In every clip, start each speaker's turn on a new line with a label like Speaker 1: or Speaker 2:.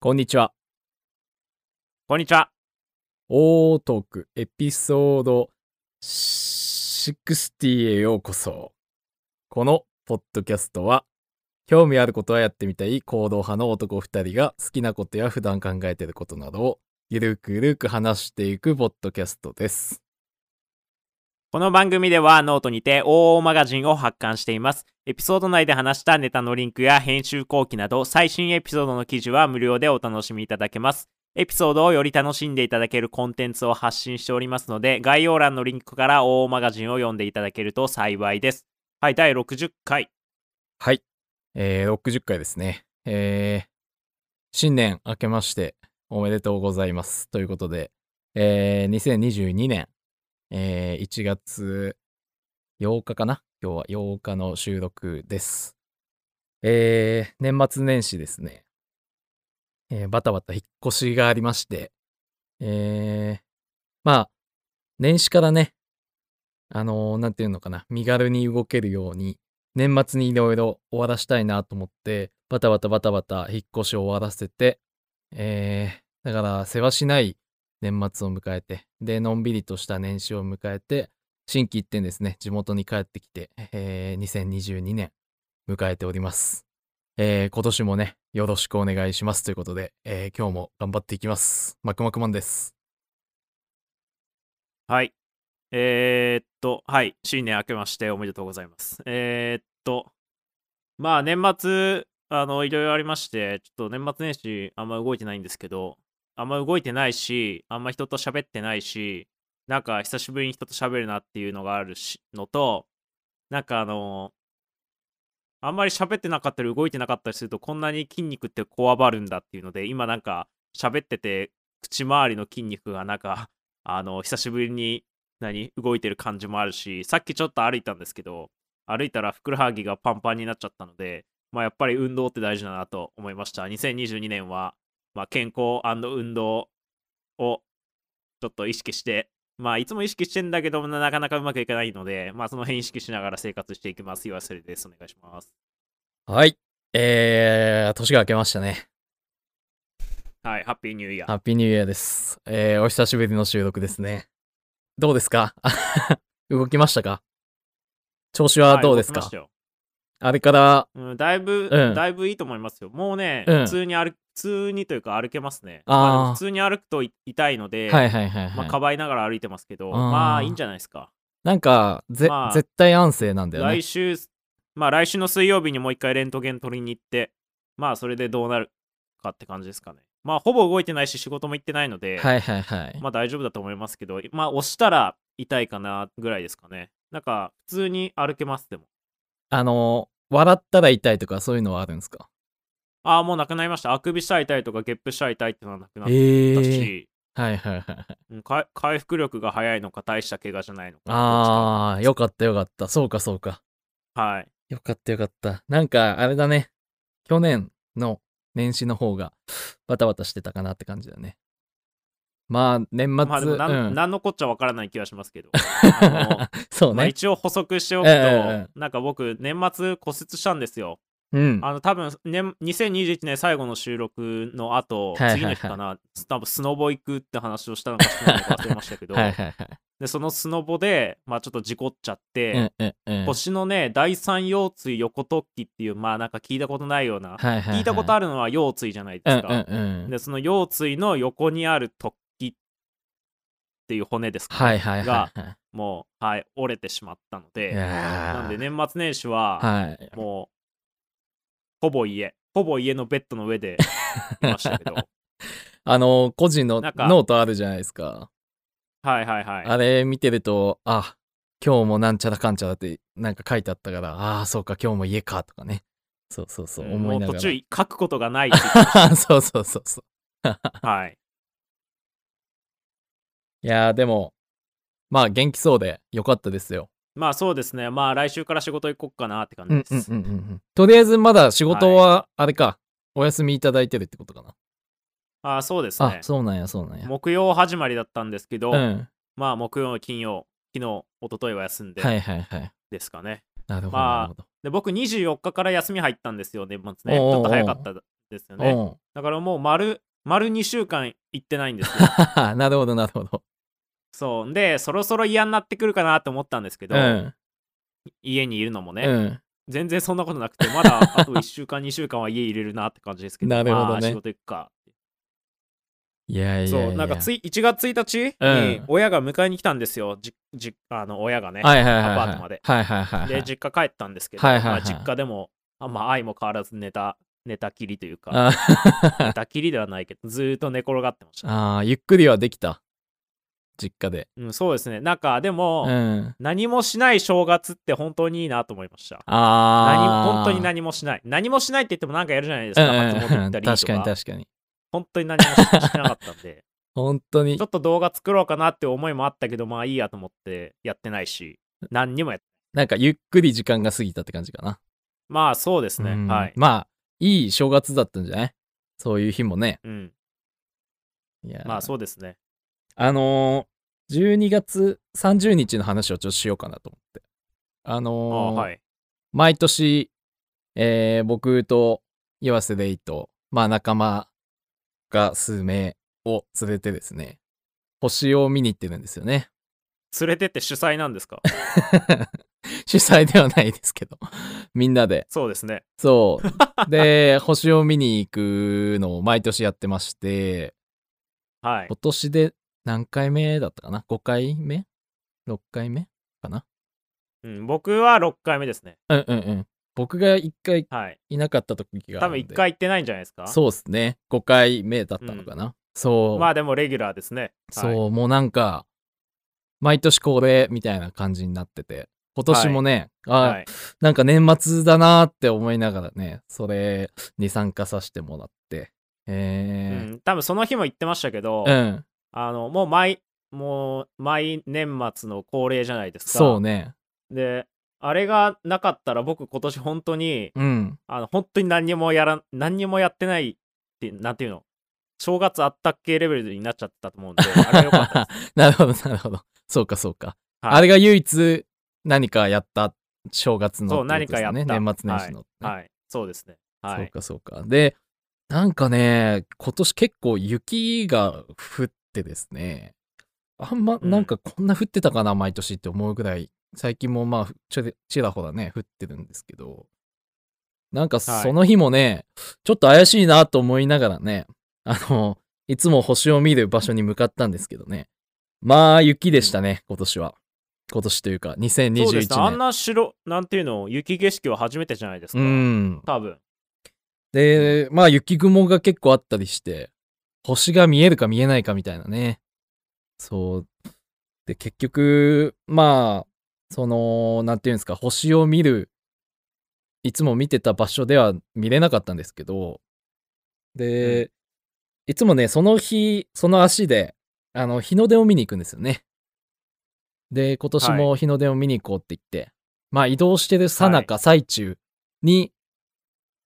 Speaker 1: こんにちは。
Speaker 2: こんにちは。
Speaker 1: オートークエピソード60へようこそ。このポッドキャストは、興味あることはやってみたい行動派の男2人が好きなことや普段考えていることなどをゆるくゆるく話していくポッドキャストです。
Speaker 2: この番組ではノートにて OO マガジンを発刊しています。エピソード内で話したネタのリンクや編集後期など最新エピソードの記事は無料でお楽しみいただけます。エピソードをより楽しんでいただけるコンテンツを発信しておりますので、概要欄のリンクから OO マガジンを読んでいただけると幸いです。はい、第60回。
Speaker 1: はい。えー、60回ですね。えー、新年明けましておめでとうございます。ということで、えー、2022年、えー、1月8日かな今日は8日の収録です。えー、年末年始ですね。えー、バタバタ引っ越しがありまして、えー、まあ、年始からね、あのーなんていうのかな、身軽に動けるように、年末にいろいろ終わらしたいなと思ってバタバタバタバタ引っ越しを終わらせてえー、だから世話しない年末を迎えてでのんびりとした年始を迎えて心機一転ですね地元に帰ってきて、えー、2022年迎えております、えー、今年もねよろしくお願いしますということで、えー今日も頑張っていきますマクマクマンです
Speaker 2: はい。えー、っと、はい。新年明けましておめでとうございます。えー、っと、まあ年末、あの、いろいろありまして、ちょっと年末年始あんま動いてないんですけど、あんま動いてないし、あんま人と喋ってないし、なんか久しぶりに人と喋るなっていうのがあるしのと、なんかあの、あんまり喋ってなかったり動いてなかったりするとこんなに筋肉ってこわばるんだっていうので、今なんか喋ってて口周りの筋肉がなんかあの、久しぶりに、何動いてる感じもあるし、さっきちょっと歩いたんですけど、歩いたらふくらはぎがパンパンになっちゃったので、まあやっぱり運動って大事だなと思いました。2022年は、まあ健康運動をちょっと意識して、まあいつも意識してんだけど、なかなかうまくいかないので、まあその辺意識しながら生活していきます。岩瀬です。お願いします。
Speaker 1: はいえー、年が明けましたね
Speaker 2: はい、ハッピーニューイヤー。
Speaker 1: ハッピーニューイヤーです。えー、お久しぶりの収録ですね。どうですか 動きましたか調子はどうですか、
Speaker 2: はい動きましたよ
Speaker 1: あれから、
Speaker 2: うん、だいぶ、
Speaker 1: うん
Speaker 2: だいぶいいと思いますよ。もうね、
Speaker 1: うん
Speaker 2: 普通に歩く、普通にというか歩けますね。
Speaker 1: あー
Speaker 2: までも普通に歩くとい痛いので、
Speaker 1: はいはいはい、はい
Speaker 2: まあ、かばいながら歩いてますけど、
Speaker 1: あー
Speaker 2: まあ、いいんじゃないですか。
Speaker 1: なんか、ぜ、
Speaker 2: まあ
Speaker 1: 絶対安静なんだよね
Speaker 2: 来。週、まあ、来週の水曜日にもう一回レントゲン取りに行って、まあ、それでどうなるかって感じですかね。まあ、ほぼ動いてないし、仕事も行ってないので、
Speaker 1: はいはいはい。
Speaker 2: まあ、大丈夫だと思いますけど、まあ、押したら痛いかなぐらいですかね。なんか、普通に歩けます、でも。
Speaker 1: あのー、笑ったら痛いとかそういうのはあるんですか
Speaker 2: ああ、もうなくなりました。あくびしたら痛いとか、ゲップしたら痛いってのはなくな
Speaker 1: え
Speaker 2: ったし、
Speaker 1: ー。はいはいはいはい。
Speaker 2: うんか回復力が早いのか大した怪我じゃないのか
Speaker 1: あー、よかったよかった。そうかそうか。
Speaker 2: はい
Speaker 1: よかったよかった。なんか、あれだね。去年の年始の方がバタバタしてたかなって感じだね。まあ、年末。
Speaker 2: まあでもなん、
Speaker 1: うん
Speaker 2: なんのこっちゃわからない気がしますけどあ
Speaker 1: そう
Speaker 2: のまあ
Speaker 1: ね。
Speaker 2: 一応補足しておくと、
Speaker 1: えええ
Speaker 2: なんか僕年末骨折したんですよ
Speaker 1: うん。
Speaker 2: あの多分年2021年最後の収録の
Speaker 1: は
Speaker 2: 後、
Speaker 1: いはいはい
Speaker 2: 次の日かな多分スノボ行くって話をしたのかしてないのか忘れましたけど
Speaker 1: はいはいはい。
Speaker 2: でそのスノボで、まあ、ちょっと事故っちゃって、
Speaker 1: うんうんうん。
Speaker 2: 腰のね第三腰椎横突起っていうまあなんか聞いたことないような、
Speaker 1: はいはいはい。
Speaker 2: 聞いたこと
Speaker 1: あ
Speaker 2: あるのは腰椎じゃないですか、
Speaker 1: うんうんうん。
Speaker 2: でその腰椎の横にある突起っていう骨ですか、
Speaker 1: はいはいはいは
Speaker 2: もう、はい、折れてしまったの
Speaker 1: い。
Speaker 2: で
Speaker 1: いやー
Speaker 2: なんで年末年始は、
Speaker 1: はい。
Speaker 2: もうほぼ家ほぼ家のベッドの上でいました けど
Speaker 1: あの、個人の
Speaker 2: な
Speaker 1: ノ
Speaker 2: んか
Speaker 1: ートあるじゃないですか。
Speaker 2: はいはいはい
Speaker 1: あれ見てると、あ、今日もなんちゃらかんちゃらってなんか書いてあったから、ああ、そうか、今日も家かとかね。そうそうそう、
Speaker 2: うん
Speaker 1: 思いなが
Speaker 2: もう
Speaker 1: ら。
Speaker 2: 途中書くことがないって言ってまし
Speaker 1: そうそうそうそう。
Speaker 2: たはい
Speaker 1: いやー、でも、まあ元気そうでよかったですよ。
Speaker 2: まあそうですねまあ来週から仕事行こっかなって感
Speaker 1: う
Speaker 2: じ
Speaker 1: ん
Speaker 2: です、
Speaker 1: うんうんうんうん。とりあえずまだ仕事は、あれか、お休みいただいてるってことかな。
Speaker 2: あそうです
Speaker 1: あ
Speaker 2: ね、
Speaker 1: そうなんや、そうなんや。
Speaker 2: 木曜始まりだったんですけど、
Speaker 1: うん。
Speaker 2: まあ木曜金曜昨日一昨日は休んで
Speaker 1: はいはいはい。
Speaker 2: ですかね、
Speaker 1: なるほど、
Speaker 2: ま
Speaker 1: な
Speaker 2: あ
Speaker 1: るほど。
Speaker 2: で僕24日から休み入ったんですよ年末ね
Speaker 1: おうおうおう
Speaker 2: ちょっと早かったです
Speaker 1: う
Speaker 2: よね。
Speaker 1: ん。
Speaker 2: だからもう丸、丸2週間行ってないんですよ。
Speaker 1: なるほど、なるほど。
Speaker 2: そう。で、そろそろ嫌になってくるかなと思ったんですけど、
Speaker 1: うん。
Speaker 2: 家にいるのもね、
Speaker 1: うん。
Speaker 2: 全然そんなことなくて、まだあと1週間、2週間は家入れるなって感じですけど、
Speaker 1: なるほどね
Speaker 2: まあ仕事行くか。
Speaker 1: いやいやいやいや。
Speaker 2: そう、なんかつい1月1日
Speaker 1: う
Speaker 2: に
Speaker 1: ん
Speaker 2: 親が迎えに来たんですよ、じじあの親がね。
Speaker 1: はいはいはいはい。
Speaker 2: アパートまで
Speaker 1: はいはいはいはい。
Speaker 2: で、実家帰ったんですけど、
Speaker 1: はいはいはい
Speaker 2: まあ、実家でも、あまあ、愛も変わらず寝た、寝たきりというか、
Speaker 1: あ
Speaker 2: 寝たきりではないけど、ずーっと寝転がってました。
Speaker 1: あー、ゆっくりはできた。実家で。
Speaker 2: うん、そうですね。なんか、でも、
Speaker 1: うん。
Speaker 2: 何もしない正月って本当にいいなと思いました。何
Speaker 1: ああ。
Speaker 2: 本当に何もしない。何もしないって言ってもなんかやるじゃないですか、松本行ったりとか。
Speaker 1: 確かに確かに。
Speaker 2: 本当に何もしなかったんで、
Speaker 1: 本当に
Speaker 2: ちょ。っと動画作ろうかなって思いもあったけど、まあいいやと思ってやってないし、何にもやっ
Speaker 1: なんかゆっくり時間が過ぎたって感じかな。
Speaker 2: まあそうですね。
Speaker 1: うん
Speaker 2: はい。
Speaker 1: まあ、いい正月だったんじゃないそういう日もね。
Speaker 2: うん。
Speaker 1: いやー
Speaker 2: まあそうですね。
Speaker 1: あのー、12月30日の話をちょっとしようかなと思って。あ
Speaker 2: あ
Speaker 1: のー
Speaker 2: あはい。
Speaker 1: 毎年、えー僕と岩瀬レイと、まあ、仲間が数名を連れてですね、星を見に行ってるんですよね。
Speaker 2: 連れてって主催なんですか
Speaker 1: 主催ではないですけど、みんなで。
Speaker 2: そうですね。
Speaker 1: そう。 で、星を見に行くのを毎年やってまして、
Speaker 2: はい
Speaker 1: 今。年で何回目だったかな ?5 回目 ?6 回目かな
Speaker 2: うん、僕は6回目ですね。
Speaker 1: うんうんうん。僕が1回
Speaker 2: はい。
Speaker 1: いなかった時があ
Speaker 2: 多
Speaker 1: る
Speaker 2: 分
Speaker 1: んで。
Speaker 2: 1回行ってないんじゃないですか
Speaker 1: そうですね。5回目だったのかな。そう。
Speaker 2: まあでもレギュラーですね。
Speaker 1: そう、
Speaker 2: はい
Speaker 1: もうなんか、毎年恒例みたいな感じになってて、今年もね、あ、
Speaker 2: はい。
Speaker 1: なんか年末だなーって思いながらね、それに参加させてもらって。
Speaker 2: う
Speaker 1: え
Speaker 2: ん、多分その日も言ってましたけど、
Speaker 1: ー、うん、
Speaker 2: あのもう毎もう毎年末の恒例じゃないですか
Speaker 1: そうね。
Speaker 2: であれがなかったら僕今年本当に
Speaker 1: うん。
Speaker 2: あの本当に何にもやらん何にもやってないってなんていうの正月あったっけレベルになっちゃったと思うん であれはよかったです、
Speaker 1: なるほど、なるほど。そうか、そうか。
Speaker 2: はい
Speaker 1: あれが唯一何かやった正月の
Speaker 2: そう
Speaker 1: ってことですよ
Speaker 2: 何かやった
Speaker 1: 年末年始のね、
Speaker 2: はいそうですねは
Speaker 1: そう
Speaker 2: い
Speaker 1: か、そうか。で、なんかね、今年結構雪が降ってですね、あんま、
Speaker 2: うん
Speaker 1: なんかこんな降ってたかな、毎年って思うぐらい、最近もまあ、ちょでちらほらね、降ってるんですけど、なんか
Speaker 2: はい
Speaker 1: その日もね、ちょっと怪しいなと思いながらね、あの、いつも星を見る場所に向かったんですけどね、まあ、雪でしたね、今年は。今年というか、
Speaker 2: そうですねあん
Speaker 1: 2021年。
Speaker 2: な白なんていうの雪景色は初めてじゃないですか、
Speaker 1: うん。
Speaker 2: 多分
Speaker 1: で、まあ雪雲が結構あったりして、星が見えるか見えないかみたいなね。そう。で、結局、まあ、その、なんていうんですか、星を見る、いつも見てた場所では見れなかったんですけど、で、いつもね、その日、その足で、あの、日の出を見に行くんですよね。で、今年も日の出を見に行こうって言って、まあ移動してる最中、最中に、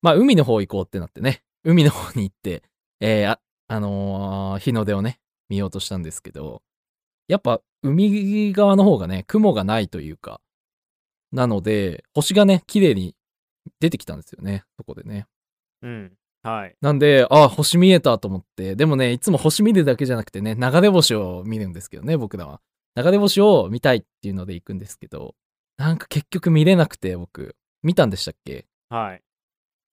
Speaker 1: まあ海の方行こうってなってね、海の方に行って、えーあ、あのー日の出をね、見ようとしたんですけど、やっぱ海側の方がね、雲がないというか、なので、星がね、綺麗に出てきたんですよね、そこでね。
Speaker 2: うんはい
Speaker 1: なんで、あ、星見えたと思って、でもね、いつも星見るだけじゃなくてね、流れ星を見るんですけどね、僕らは。流れ星を見たいっていうので行くんですけど、なんか結局見れなくて、僕。見たんでしたっけ
Speaker 2: はい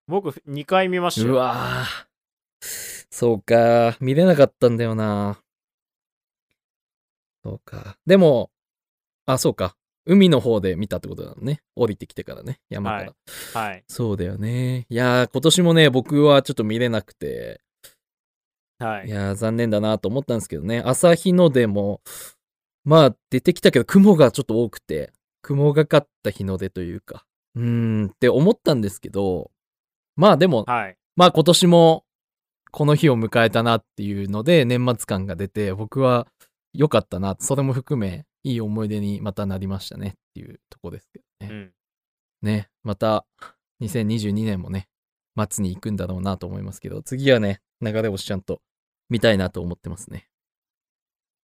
Speaker 2: 僕2回見ました
Speaker 1: う
Speaker 2: よ
Speaker 1: わぁ。そうか。見れなかったんだよな。そうか。でも、あ、そうか。海の方で見たってことだもんね。降りてきてからね。山から。
Speaker 2: はいはい
Speaker 1: そうだよね。いやー、今年もね、僕はちょっと見れなくて、
Speaker 2: はいい
Speaker 1: やー、残念だなと思ったんですけどね。朝日の出も、まあ、出てきたけど、雲がちょっと多くて、雲がかった日の出というか、うーんって思ったんですけど、まあでも、
Speaker 2: はい
Speaker 1: まあ今年もこの日を迎えたなっていうので年末感が出て僕は良かったなそれも含めいい思い出にまたなりましたねっていうとこですけどね。
Speaker 2: うん
Speaker 1: ねまた2022年もね末に行くんだろうなと思いますけど次はね流れ星ちゃんと見たいなと思ってますね。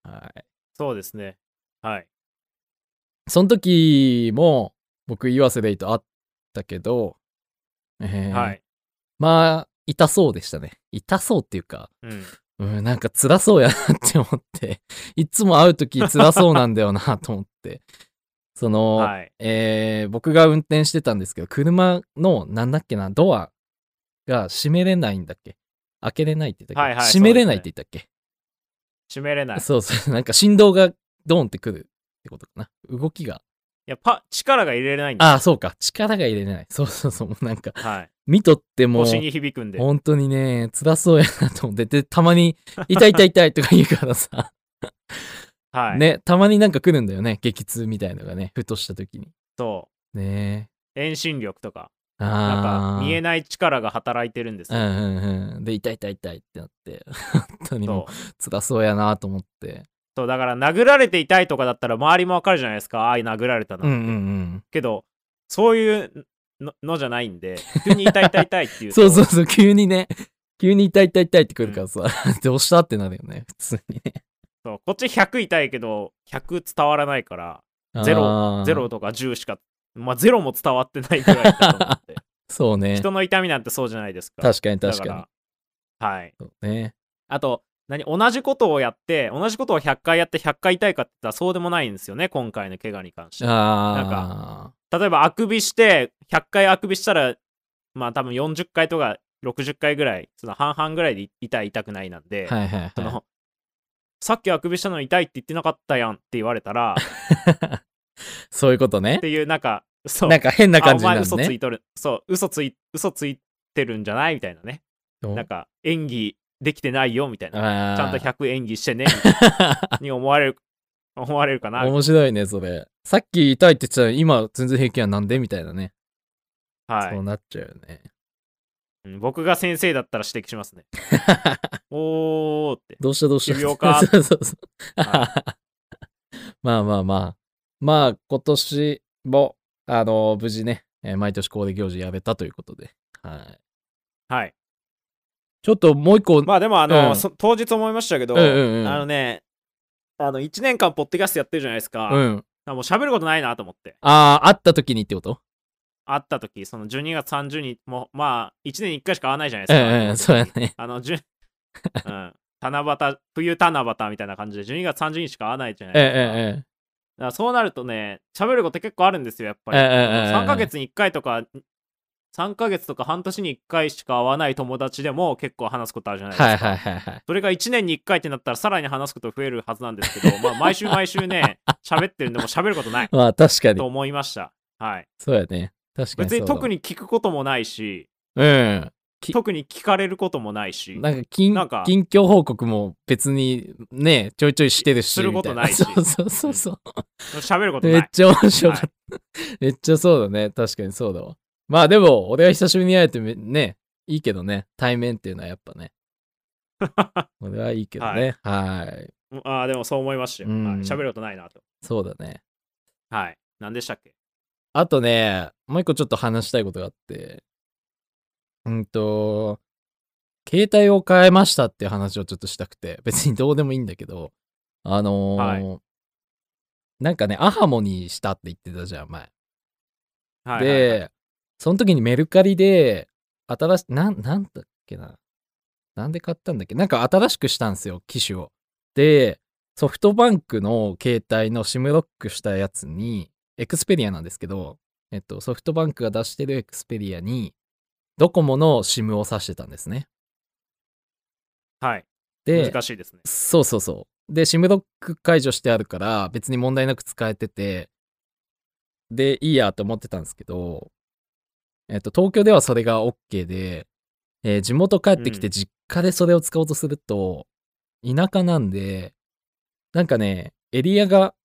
Speaker 1: はい。
Speaker 2: そうですねはい
Speaker 1: その時も僕岩瀬レイと会ったけど、えー
Speaker 2: はい。
Speaker 1: まあ痛そうでしたね。痛そうっていうか、
Speaker 2: うん。
Speaker 1: うん、なんか辛そうやなって思って、いつも会うとき辛そうなんだよなと思って、その、
Speaker 2: はい。
Speaker 1: えー僕が運転してたんですけど、車の、なんだっけな、ドアが閉めれないんだっけ開けれないって言ったっけ、
Speaker 2: はいはい
Speaker 1: 閉めれないって言ったっけ
Speaker 2: 閉めれない。い
Speaker 1: そうそう、 なんか振動がドーンってくるってことかな。動きが。
Speaker 2: や、パ、力が入れれないんだ。
Speaker 1: ああ、そうか。力が入れれない。そうそうそう。もうなんか、
Speaker 2: はい。
Speaker 1: 見とっても、
Speaker 2: 腰に響くんで。
Speaker 1: 本当にね、辛そうやなと思って、で、たまに、痛い痛い痛いとか言うからさ、
Speaker 2: はい。。
Speaker 1: ね、たまになんか来るんだよね。激痛みたいのがね、ふとした時に。
Speaker 2: そ
Speaker 1: ね
Speaker 2: う。遠心力とか。
Speaker 1: え。
Speaker 2: なん
Speaker 1: ああ。
Speaker 2: か、見えない力が働いてるんです
Speaker 1: う
Speaker 2: よ。
Speaker 1: んうんうん。で、痛い痛い痛いってなって、 本当にも
Speaker 2: そうう。
Speaker 1: 辛そうやなと思って。
Speaker 2: そう、だから、殴られて痛いとかだったら、周りもわかるじゃないですか。ああ、殴られたな。
Speaker 1: うんうん
Speaker 2: けど、そういうののじゃない んで、急に痛い痛い痛いっていうう。
Speaker 1: ん。そうそうそう、急にね、急に痛い痛い痛いってくるからさ、 どうしたってなるよね、普通にね。
Speaker 2: そうこっち100痛いけど、100伝わらないから、 ゼ
Speaker 1: あ
Speaker 2: ロ、
Speaker 1: ー
Speaker 2: ゼロ。とか10しか、まあ、ゼロも伝わってないぐらいだと思って。
Speaker 1: そう ね。
Speaker 2: 人の痛みなんてそうじゃないですか。
Speaker 1: 確かに
Speaker 2: だ
Speaker 1: 確かに。
Speaker 2: らはい。
Speaker 1: そうね。
Speaker 2: あと、何同じことをやって、同じことを100回やって100回痛いかって言ったらそうでもないんですよね、今回の怪我に関して。
Speaker 1: あ
Speaker 2: 例えば、あくびして、100回あくびしたら、まあ多分40回とか60回ぐらい、その半々ぐらいで痛い、痛くないなんで、
Speaker 1: あ。はいはいはい。
Speaker 2: その、さっきあくびしたのに痛いって言ってなかったやんって言われたら、
Speaker 1: そういうことね
Speaker 2: って。いう、なんか、そう。
Speaker 1: なんか変な感じにな
Speaker 2: あ、お前
Speaker 1: る
Speaker 2: 嘘つい
Speaker 1: ね。
Speaker 2: とる。そう、嘘つい、嘘ついてるんじゃないみたいなね。なんか、演技できてないよみたいな。ちゃんと
Speaker 1: あ
Speaker 2: 100演技してね、みたいな
Speaker 1: あ。
Speaker 2: に思われる、思われるかな。
Speaker 1: 面白いね、それ。さっき痛いって言ってたのに今全然平気やんなんでみたいなね。
Speaker 2: はい
Speaker 1: そうなっちゃうよね。
Speaker 2: うん僕が先生だったら指摘 しますね。おーって。
Speaker 1: どうしたどうした。
Speaker 2: 持病か
Speaker 1: そうそうそう。 まあまあまあ。まあ今年も、あの、無事ね、えー毎年恒例行事やれたということで。はい。
Speaker 2: はい。
Speaker 1: ちょっともう一個、
Speaker 2: まあでも、あの、
Speaker 1: うん
Speaker 2: そ当日思いましたけど、
Speaker 1: うんうんうん
Speaker 2: あのね、あの、1年間ポッドキャストやってるじゃないですか。
Speaker 1: うん。
Speaker 2: あもう喋ることないなと思って。
Speaker 1: ああ、会った時にってこと
Speaker 2: 会った時、その12月30日も、まあ、1年に1回しか会わないじゃないで
Speaker 1: う
Speaker 2: す
Speaker 1: ん
Speaker 2: か。
Speaker 1: うん、そうやね。
Speaker 2: あの、じゅうん。七夕、冬七夕みたいな感じで、12月30日しか会わないじゃない
Speaker 1: ええ
Speaker 2: ですか。だ
Speaker 1: ええ。
Speaker 2: からそうなるとね、喋ること結構あるんですよ、やっぱり。
Speaker 1: ええええええ
Speaker 2: 3ヶ月に1回とか、3ヶ月とか半年に1回しか会わない友達でも結構話すことあるじゃないですか。
Speaker 1: はいはいはいはい。
Speaker 2: それが1年に1回ってなったら、さらに話すこと増えるはずなんで すけど、まあ、毎週毎週ね、喋ってるんで、もう喋ることない
Speaker 1: まあ確かに
Speaker 2: と。思いました。はい。
Speaker 1: そうやね。確かに
Speaker 2: 別に特
Speaker 1: に。
Speaker 2: に聞くこともないし、
Speaker 1: うん。き
Speaker 2: 特に聞かれることもないし、
Speaker 1: なんか近
Speaker 2: なんか
Speaker 1: 近況報告も別にね、ちょいちょいしてるし。
Speaker 2: することないし
Speaker 1: みたなそうそうそうそう。
Speaker 2: 喋ること
Speaker 1: め
Speaker 2: な
Speaker 1: っ
Speaker 2: い。
Speaker 1: ちゃ面白かった。めっちゃそうだね。確かにそうだわ。まあでも、俺は久しぶりに会えてめね、いいけどね。対面っていうのはやっぱ ね。俺はいいけどね。はい。
Speaker 2: うんああ、でもそう思いましたよ。
Speaker 1: うん
Speaker 2: はい喋ることないなと。
Speaker 1: そうだね。
Speaker 2: はい。何でしたっけ
Speaker 1: あとね、もう一個ちょっと話したいことがあって。うんと、携帯を変えましたっていう話をちょっとしたくて、別にどうでもいいんだけど、あのー
Speaker 2: は
Speaker 1: なんかね、アハモにしたって言ってたじゃん、前。
Speaker 2: はいはいはい、
Speaker 1: で、その時にメルカリで、新し、なん、なんだっけな。なんで買ったんだっけなんか新しくしたんですよ、機種を。で、ソフトバンクの携帯の SIM ロックしたやつに、エクスペリアなんですけど、えっと、ソフトバンクが出してるエクスペリアに、ドコモの SIM を挿してたんですね。
Speaker 2: はい。
Speaker 1: で、
Speaker 2: 難しいですね。
Speaker 1: そうそうそう。で、SIM ロック解除してあるから、別に問題なく使えてて、で、いいやと思ってたんですけど、えっと、東京ではそれが OK で、えー地元帰ってき
Speaker 2: う
Speaker 1: て
Speaker 2: ん
Speaker 1: 実家でそれを使おうとすると、田舎なんで、なんかね、エリアが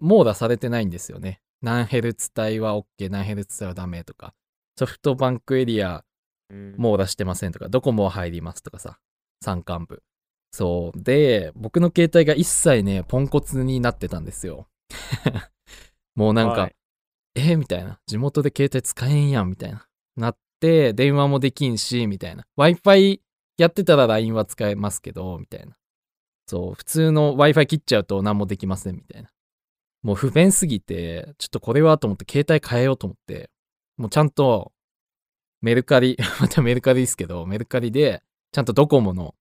Speaker 1: 網羅されてないんですよね。何ヘルツ帯は OK、何ヘルツ帯はダメとか、ソフトバンクエリア
Speaker 2: うん
Speaker 1: 網羅してませんとか、ドコモは入りますとかさ、山間部。そう。で、僕の携帯が一切ね、ポンコツになってたんですよ。 もうなんか、
Speaker 2: はい
Speaker 1: えーみたいな。地元で携帯使えんやん、みたいな。なって、電話もできんし、みたいな。Wi-Fi やってたら LINE は使えますけど、みたいな。そう、普通の Wi-Fi 切っちゃうと何もできません、みたいな。もう不便すぎて、ちょっとこれはと思って携帯変えようと思って、もうちゃんとメルカリ、 またメルカリですけど、メルカリで、ちゃんとドコモの、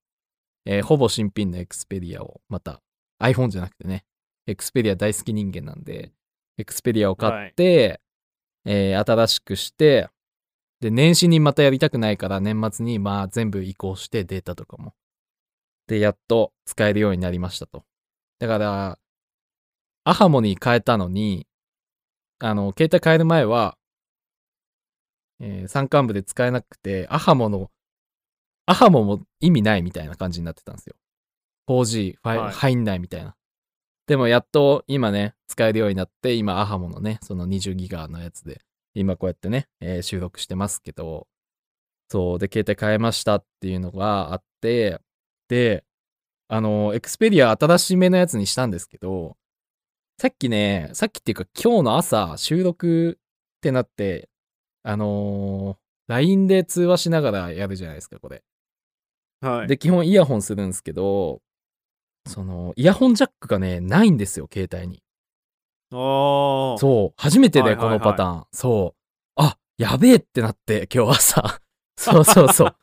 Speaker 1: えーほぼ新品のエクスペリアを、また iPhone じゃなくてね、エクスペリア大好き人間なんで、エクスペリアを買って、えー新しくして、で、年始にまたやりたくないから、年末にまあ全部移行してデータとかも。で、やっと使えるようになりましたと。だから、アハモに変えたのに、あの、携帯変える前は、えー山間部で使えなくて、アハモの、アハモも意味ないみたいな感じになってたんですよ。4G、ファイ
Speaker 2: はい
Speaker 1: 入んないみたいな。でもやっと今ね、使えるようになって、今アハモのね、その20ギガのやつで、今こうやってね、えー収録してますけど、そう、で、携帯変えましたっていうのがあって、で、あの、エクスペリア新しめのやつにしたんですけど、さっきね、さっきっていうか今日の朝収録ってなって、あのー LINE で通話しながらやるじゃないですか、これ。
Speaker 2: はい。
Speaker 1: で、基本イヤホンするんですけど、その、イヤホンジャックがね、ないんですよ、携帯に。
Speaker 2: ああ。
Speaker 1: そう、初めて
Speaker 2: は
Speaker 1: で、
Speaker 2: いはい
Speaker 1: こ
Speaker 2: はい
Speaker 1: のパターン。そう。あ、やべえってなって、今日朝。 そうそうそう。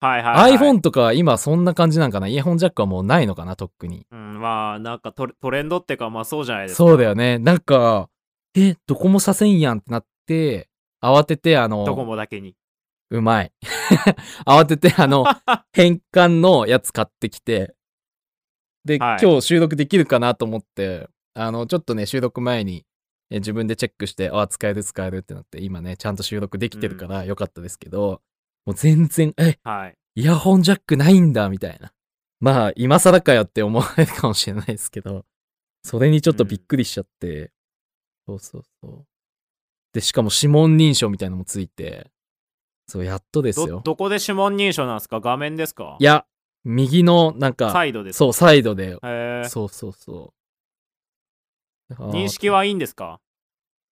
Speaker 2: はい はい、はい。
Speaker 1: iPhone とかは今そんな感じなんかなイヤホンジャックはもうないのかなとっくに。
Speaker 2: うん、まあ、なんかトレトレンドってか、まあそうじゃないですか。
Speaker 1: そうだよね。なんか、え、どこもさせんやんってなって、慌てて、あ
Speaker 2: ドコ
Speaker 1: の、
Speaker 2: モだけに。
Speaker 1: うまい。 慌てて、あ の、変換のやつ買ってきて、で、
Speaker 2: はい
Speaker 1: 今日収録できるかなと思って、あの、ちょっとね、収録前に、え自分でチェックして、あ、使える使えるってなって、今ね、ちゃんと収録できてるからよかったですけど、もう全然、え、
Speaker 2: はい。
Speaker 1: イヤホンジャックないんだ、みたいな。まあ、今更かよって思われるかもしれないですけど、それにちょっとびっくりしちゃって、そうそうそう。で、しかも指紋認証みたいのもついて、そう、やっとです
Speaker 2: ど、
Speaker 1: よ。
Speaker 2: どこで指紋認証なんですか画面ですか
Speaker 1: いや、右の、なん
Speaker 2: サ
Speaker 1: か、
Speaker 2: イドですか。
Speaker 1: そう、サイドで、
Speaker 2: へー
Speaker 1: そうそうそう。あー
Speaker 2: 認識はいいんですか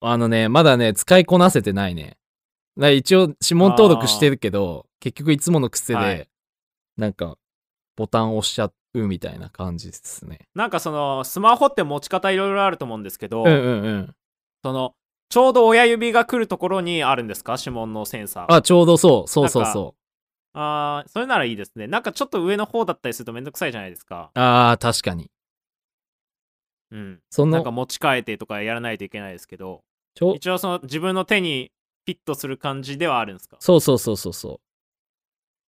Speaker 1: あのね、まだね、使いこなせてないね。だから一応、指紋登録してるけど、結局いつもの癖で、
Speaker 2: はい
Speaker 1: なんか、ボタンを押しちゃうみたいな感じですね。
Speaker 2: なんかその、スマホって持ち方いろいろあると思うんですけど、
Speaker 1: うんうんうん。
Speaker 2: その、ちょうど親指が来るところにあるんですか指紋のセンサー。
Speaker 1: あ、ちょうどそう、そうそうそ
Speaker 2: あーそれならいいですね。なんかちょっと上の方だったりするとめんどくさいじゃないですか。
Speaker 1: う。ああ、確かに。
Speaker 2: うん。
Speaker 1: そ
Speaker 2: なん
Speaker 1: の
Speaker 2: か、持ち替えてとかやらないといけないですけど、
Speaker 1: ちょ
Speaker 2: 一応その自分の手にピッとする感じではあるんですか
Speaker 1: そうそうそうそうそう。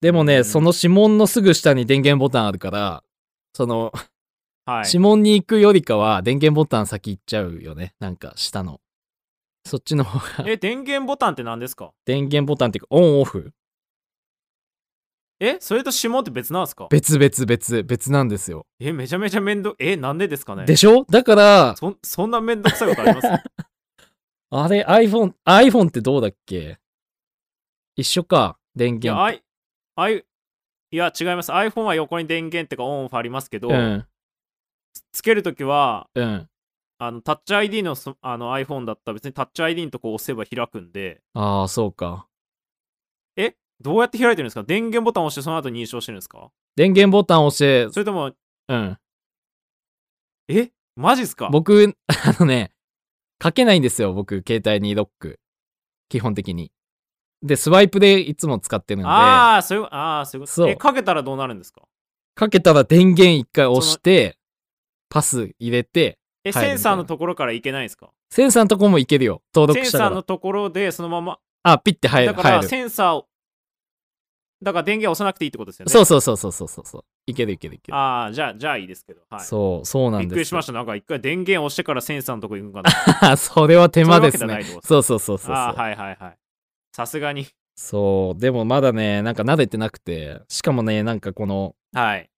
Speaker 1: でもね、
Speaker 2: うん
Speaker 1: その指紋のすぐ下に電源ボタンあるから、その、
Speaker 2: はい。
Speaker 1: 指紋に行くよりかは電源ボタン先行っちゃうよねなんか下のそっちの方が
Speaker 2: え、電源ボタンって何ですか
Speaker 1: 電源ボタンっていうかオンオフ
Speaker 2: え、それと指紋って別なんですか
Speaker 1: 別別別別なんですよ、
Speaker 2: え、めちゃめちゃめんど、え、なんでですかね
Speaker 1: でしょだから
Speaker 2: そんそんなめんどくさいこと あります
Speaker 1: あれ iPhone iPhone ってどうだっけ一緒か電
Speaker 2: いや、
Speaker 1: 源
Speaker 2: あい、あい、いや、違います。iPhone は横に電源ってかオンオフありますけど、
Speaker 1: うん
Speaker 2: つけるときは、
Speaker 1: うん
Speaker 2: あの、タッチ ID のそあの iPhone だったら別にタッチ ID のとこ押せば開くんで、
Speaker 1: ああそうか
Speaker 2: え、どうやって開いてるんですか電源ボタンを押してその後認証してるんですか
Speaker 1: 電源ボタン押して
Speaker 2: それとも、
Speaker 1: うん
Speaker 2: え、マジっすか
Speaker 1: 僕 あのねかけないんですよ僕携帯にロック基本的にでスワイプでいつも使ってるんで
Speaker 2: ああ、そういう、ああ、そういうこと。
Speaker 1: そう
Speaker 2: え、かけたらどうなるんですか
Speaker 1: かけたら電源一回押して、パス入れて、入るみたい
Speaker 2: え、セ
Speaker 1: な
Speaker 2: ンサーのところからいけないんですか
Speaker 1: センサーのとこもいけるよ。登
Speaker 2: セン
Speaker 1: 録した
Speaker 2: サー
Speaker 1: か
Speaker 2: の
Speaker 1: ら。
Speaker 2: ところでそのまま、
Speaker 1: あ、ピッて入る。
Speaker 2: だから
Speaker 1: 入る。
Speaker 2: センサーを、だから電源押さなくていいってことですよね。
Speaker 1: そうそうそうそうそうそうそう。いけるいけるいける。
Speaker 2: ああ、じゃあ、じゃあいいですけど。はい。
Speaker 1: そう、そうなん
Speaker 2: び
Speaker 1: です。
Speaker 2: っくりしました。なんか一回電源押してからセンサーのとこ行くんかな。
Speaker 1: た。 それは手間です
Speaker 2: そういうわ
Speaker 1: ね。
Speaker 2: けじゃないってこと
Speaker 1: そうそうそうそうそう。
Speaker 2: ああ、はいはいはい。さすがに。
Speaker 1: そう、でもまだね、なんか慣れてなくて、しかもね、なんかこの
Speaker 2: はい。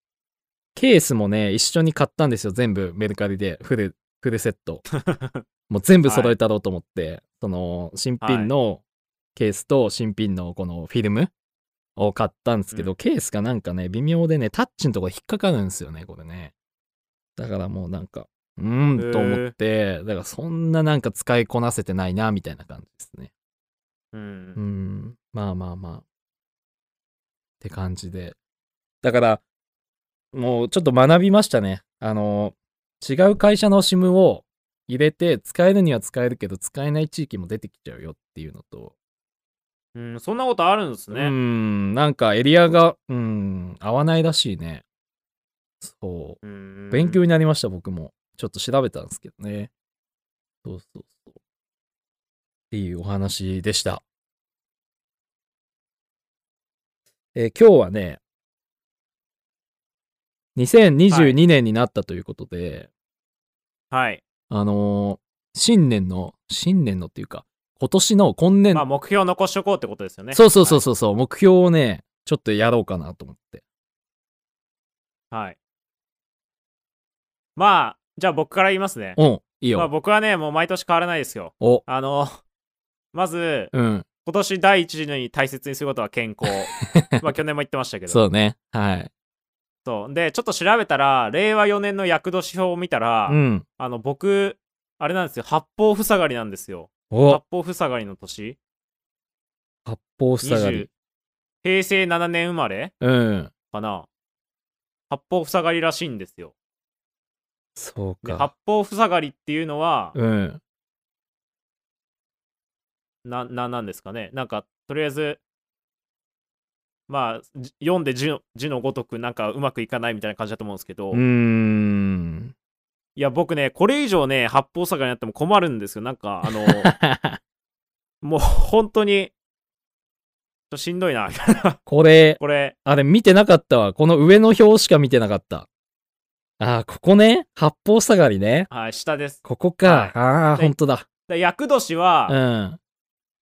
Speaker 1: ケースもね、一緒に買ったんですよ。全部メルカリで、フル、フルセット。もう全部揃えたろうと思って、その新品のケースと新品のこのフィルムを買ったんですけど、
Speaker 2: うん
Speaker 1: ケースがなんかね微妙でねタッチのとこ引っかかるんですよねこれねだからもうなんかうーんと思ってだからそんななんか使いこなせてないなみたいな感じですね
Speaker 2: う。
Speaker 1: うんんまあまあまあって感じでだからもうちょっと学びましたねあの違う会社の SIM を入れて使えるには使えるけど使えない地域も出てきちゃうよっていうのと
Speaker 2: うん、そんなことあるんですね。
Speaker 1: うん、なんかエリアが、うん、合わないらしいね。そうう。
Speaker 2: ん
Speaker 1: 勉強になりました、僕も。ちょっと調べたんですけどね。そうそうそう。っていうお話でした。えー今日はね、2022年になったということで、
Speaker 2: はい。
Speaker 1: あのー新年の、新年のっていうか、今年の今年
Speaker 2: まあ、目標を残しておこうってことですよね。
Speaker 1: そうそうそうそうそう、目標をね、ちょっとやろうかなと思って。
Speaker 2: はい。はい。まあ、じゃあ僕から言いますね。
Speaker 1: うん、いいよ。
Speaker 2: まあ、僕はね、もう毎年変わらないですよ。
Speaker 1: お、
Speaker 2: あの、 まず、
Speaker 1: うん、
Speaker 2: 今年第一に大切にすることは健 康。まあ、去年も言ってましたけど。
Speaker 1: そうね。はい。
Speaker 2: そうで、ちょっと調べたら、令和4年の厄年表を見たら、
Speaker 1: うん。
Speaker 2: あの、僕、あれなんですよ、八方塞がりなんですよ。八
Speaker 1: お、
Speaker 2: 方塞がりの年
Speaker 1: 八方塞が
Speaker 2: 20
Speaker 1: り。
Speaker 2: 平成7年生まれ
Speaker 1: うん。
Speaker 2: かな八方塞がりらしいんですよ。
Speaker 1: そう
Speaker 2: で、
Speaker 1: か
Speaker 2: 八。方塞がりっていうのは、
Speaker 1: うん。
Speaker 2: な、な、なんですかね。なんか、とりあえず、まあ、じ読んで字の字のごとく、なんかうまくいかないみたいな感じだと思うんですけど、
Speaker 1: うーん。
Speaker 2: いや、僕ね、これ以上ね、八方塞がりになっても困るんですよ。なんか、あの、もう本当に、ちょっとしんどいな、みたいな
Speaker 1: これ、
Speaker 2: これ、
Speaker 1: あれ見てなかったわ。この上の表しか見てなかった。あー、ここね。八方塞がりね。
Speaker 2: はい、下です。
Speaker 1: ここか。ああ、
Speaker 2: はい
Speaker 1: ほんとだ。
Speaker 2: で厄年
Speaker 1: う
Speaker 2: は
Speaker 1: ん。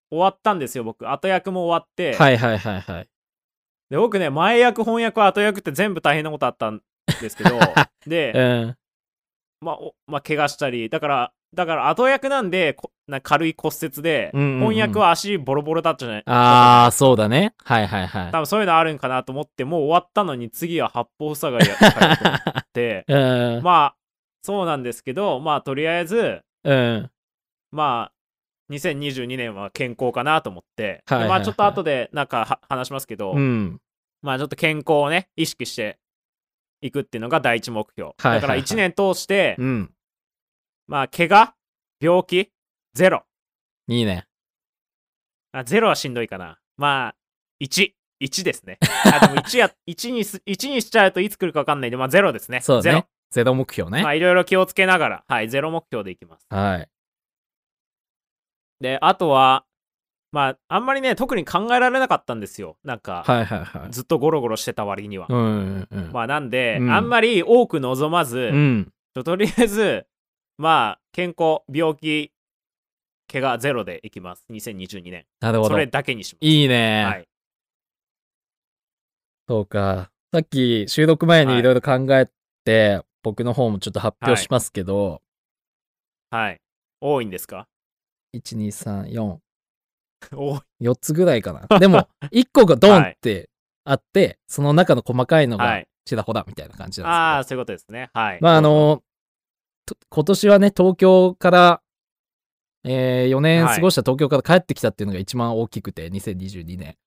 Speaker 2: 終わったんですよ、僕。後役も終わって、
Speaker 1: はいはいはいはい。
Speaker 2: で僕ね、前役、翻訳、後役って全部大変なことあったんで すけど、
Speaker 1: う
Speaker 2: で、
Speaker 1: ん。
Speaker 2: まあ、おまあ、怪我したり、だから、だから後役なんで、こな軽い骨折で、
Speaker 1: うんうんうん
Speaker 2: 翻訳は足ボロボロだったじゃない
Speaker 1: ああ、そうだね。はいはいはい
Speaker 2: 多。分そういうのあるんかなと思って、もう終わったのに次は八方塞がりやったからと思 って、
Speaker 1: うん。
Speaker 2: まあ、そうなんですけど、まあ、とりあえず、
Speaker 1: うん。
Speaker 2: まあ、2022年は健康かなと思って、
Speaker 1: はいはいはい
Speaker 2: まあ、ちょっと後でなんかは話しますけど、
Speaker 1: うん。
Speaker 2: まあ、ちょっと健康をね、意識していくっていうのが第一目標。
Speaker 1: はいはいはい
Speaker 2: だから1年通して、
Speaker 1: うん。
Speaker 2: まあ、怪我、病気、ゼロ。
Speaker 1: いいね。
Speaker 2: あゼロはしんどいかな。まあ、1。1ですね。あでも1や、1に す、1にしちゃうといつ来るか分かんないんで、まあゼロですね。
Speaker 1: そう
Speaker 2: ゼ
Speaker 1: だ
Speaker 2: ロ
Speaker 1: ね。。ゼロ目標ね。
Speaker 2: ま
Speaker 1: は
Speaker 2: あ
Speaker 1: い。
Speaker 2: いろいろ気をつけながら、はい、ゼロ目標でいきます。で、あとは、まあ、あんまりね、特に考えられなかったんですよ。なんか、
Speaker 1: はいはいはい。
Speaker 2: ずっとゴロゴロしてた割には。
Speaker 1: うんうんうん。
Speaker 2: まあ、なんで、
Speaker 1: うん
Speaker 2: あんまり多く望まず、
Speaker 1: うん。
Speaker 2: ちょとりあえず、まあ、健康、病気、怪我ゼロでいきます。2022年。
Speaker 1: なるほ
Speaker 2: そ
Speaker 1: ど。
Speaker 2: れ
Speaker 1: い
Speaker 2: だけにします。
Speaker 1: い
Speaker 2: は
Speaker 1: ね。
Speaker 2: い。
Speaker 1: そうか。さっき収録前に
Speaker 2: はい
Speaker 1: いろいろ考えて、僕の方もちょっと発表しますけど、
Speaker 2: はい。多いんですか
Speaker 1: 1、2、3、4、
Speaker 2: 多い。
Speaker 1: 4つぐらいかな。で も、1個がドンってあって、その中の細かいの
Speaker 2: は
Speaker 1: が
Speaker 2: い。
Speaker 1: ちらほらみたいな感じなんですけど。
Speaker 2: ああ、そういうことですね。はい。
Speaker 1: まああ
Speaker 2: どうぞ、
Speaker 1: のと今年はね東京から、え4年
Speaker 2: はい
Speaker 1: 過ごした東京から帰ってきたっていうのが一番大きくて2022年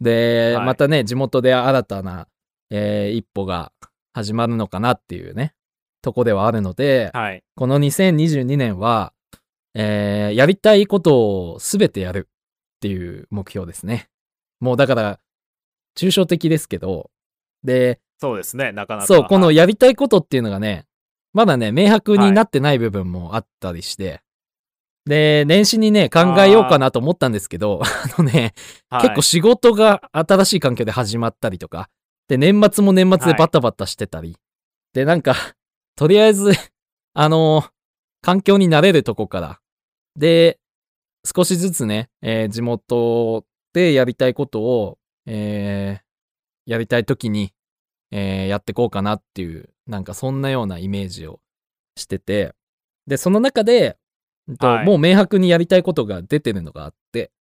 Speaker 1: で、
Speaker 2: はい
Speaker 1: またね地元で新たな、えー一歩が始まるのかなっていうねとこではあるので、
Speaker 2: はい。
Speaker 1: この2022年は、えーやりたいことを全てやるっていう目標ですねもうだから抽象的ですけどで
Speaker 2: そうですね。なかなか。
Speaker 1: そう、この
Speaker 2: はい
Speaker 1: やりたいことっていうのがね、まだね、明白になってない部分もあったりして、で、年始にね、考えようかなと思ったんですけど、 あのね、結構仕事が新しい環境で始まったりとか、で、年末も年末でバタバタしてたり、で、なんか、 とりあえず、あの環境に慣れるとこから、で、少しずつね、えー地元でやりたいことを、えーやりたい時に、えーやってこうかなっていう、なんかそんなようなイメージをしてて、で、その中で、うんと
Speaker 2: はい
Speaker 1: もう明白にやりたいことが出てるのがあって、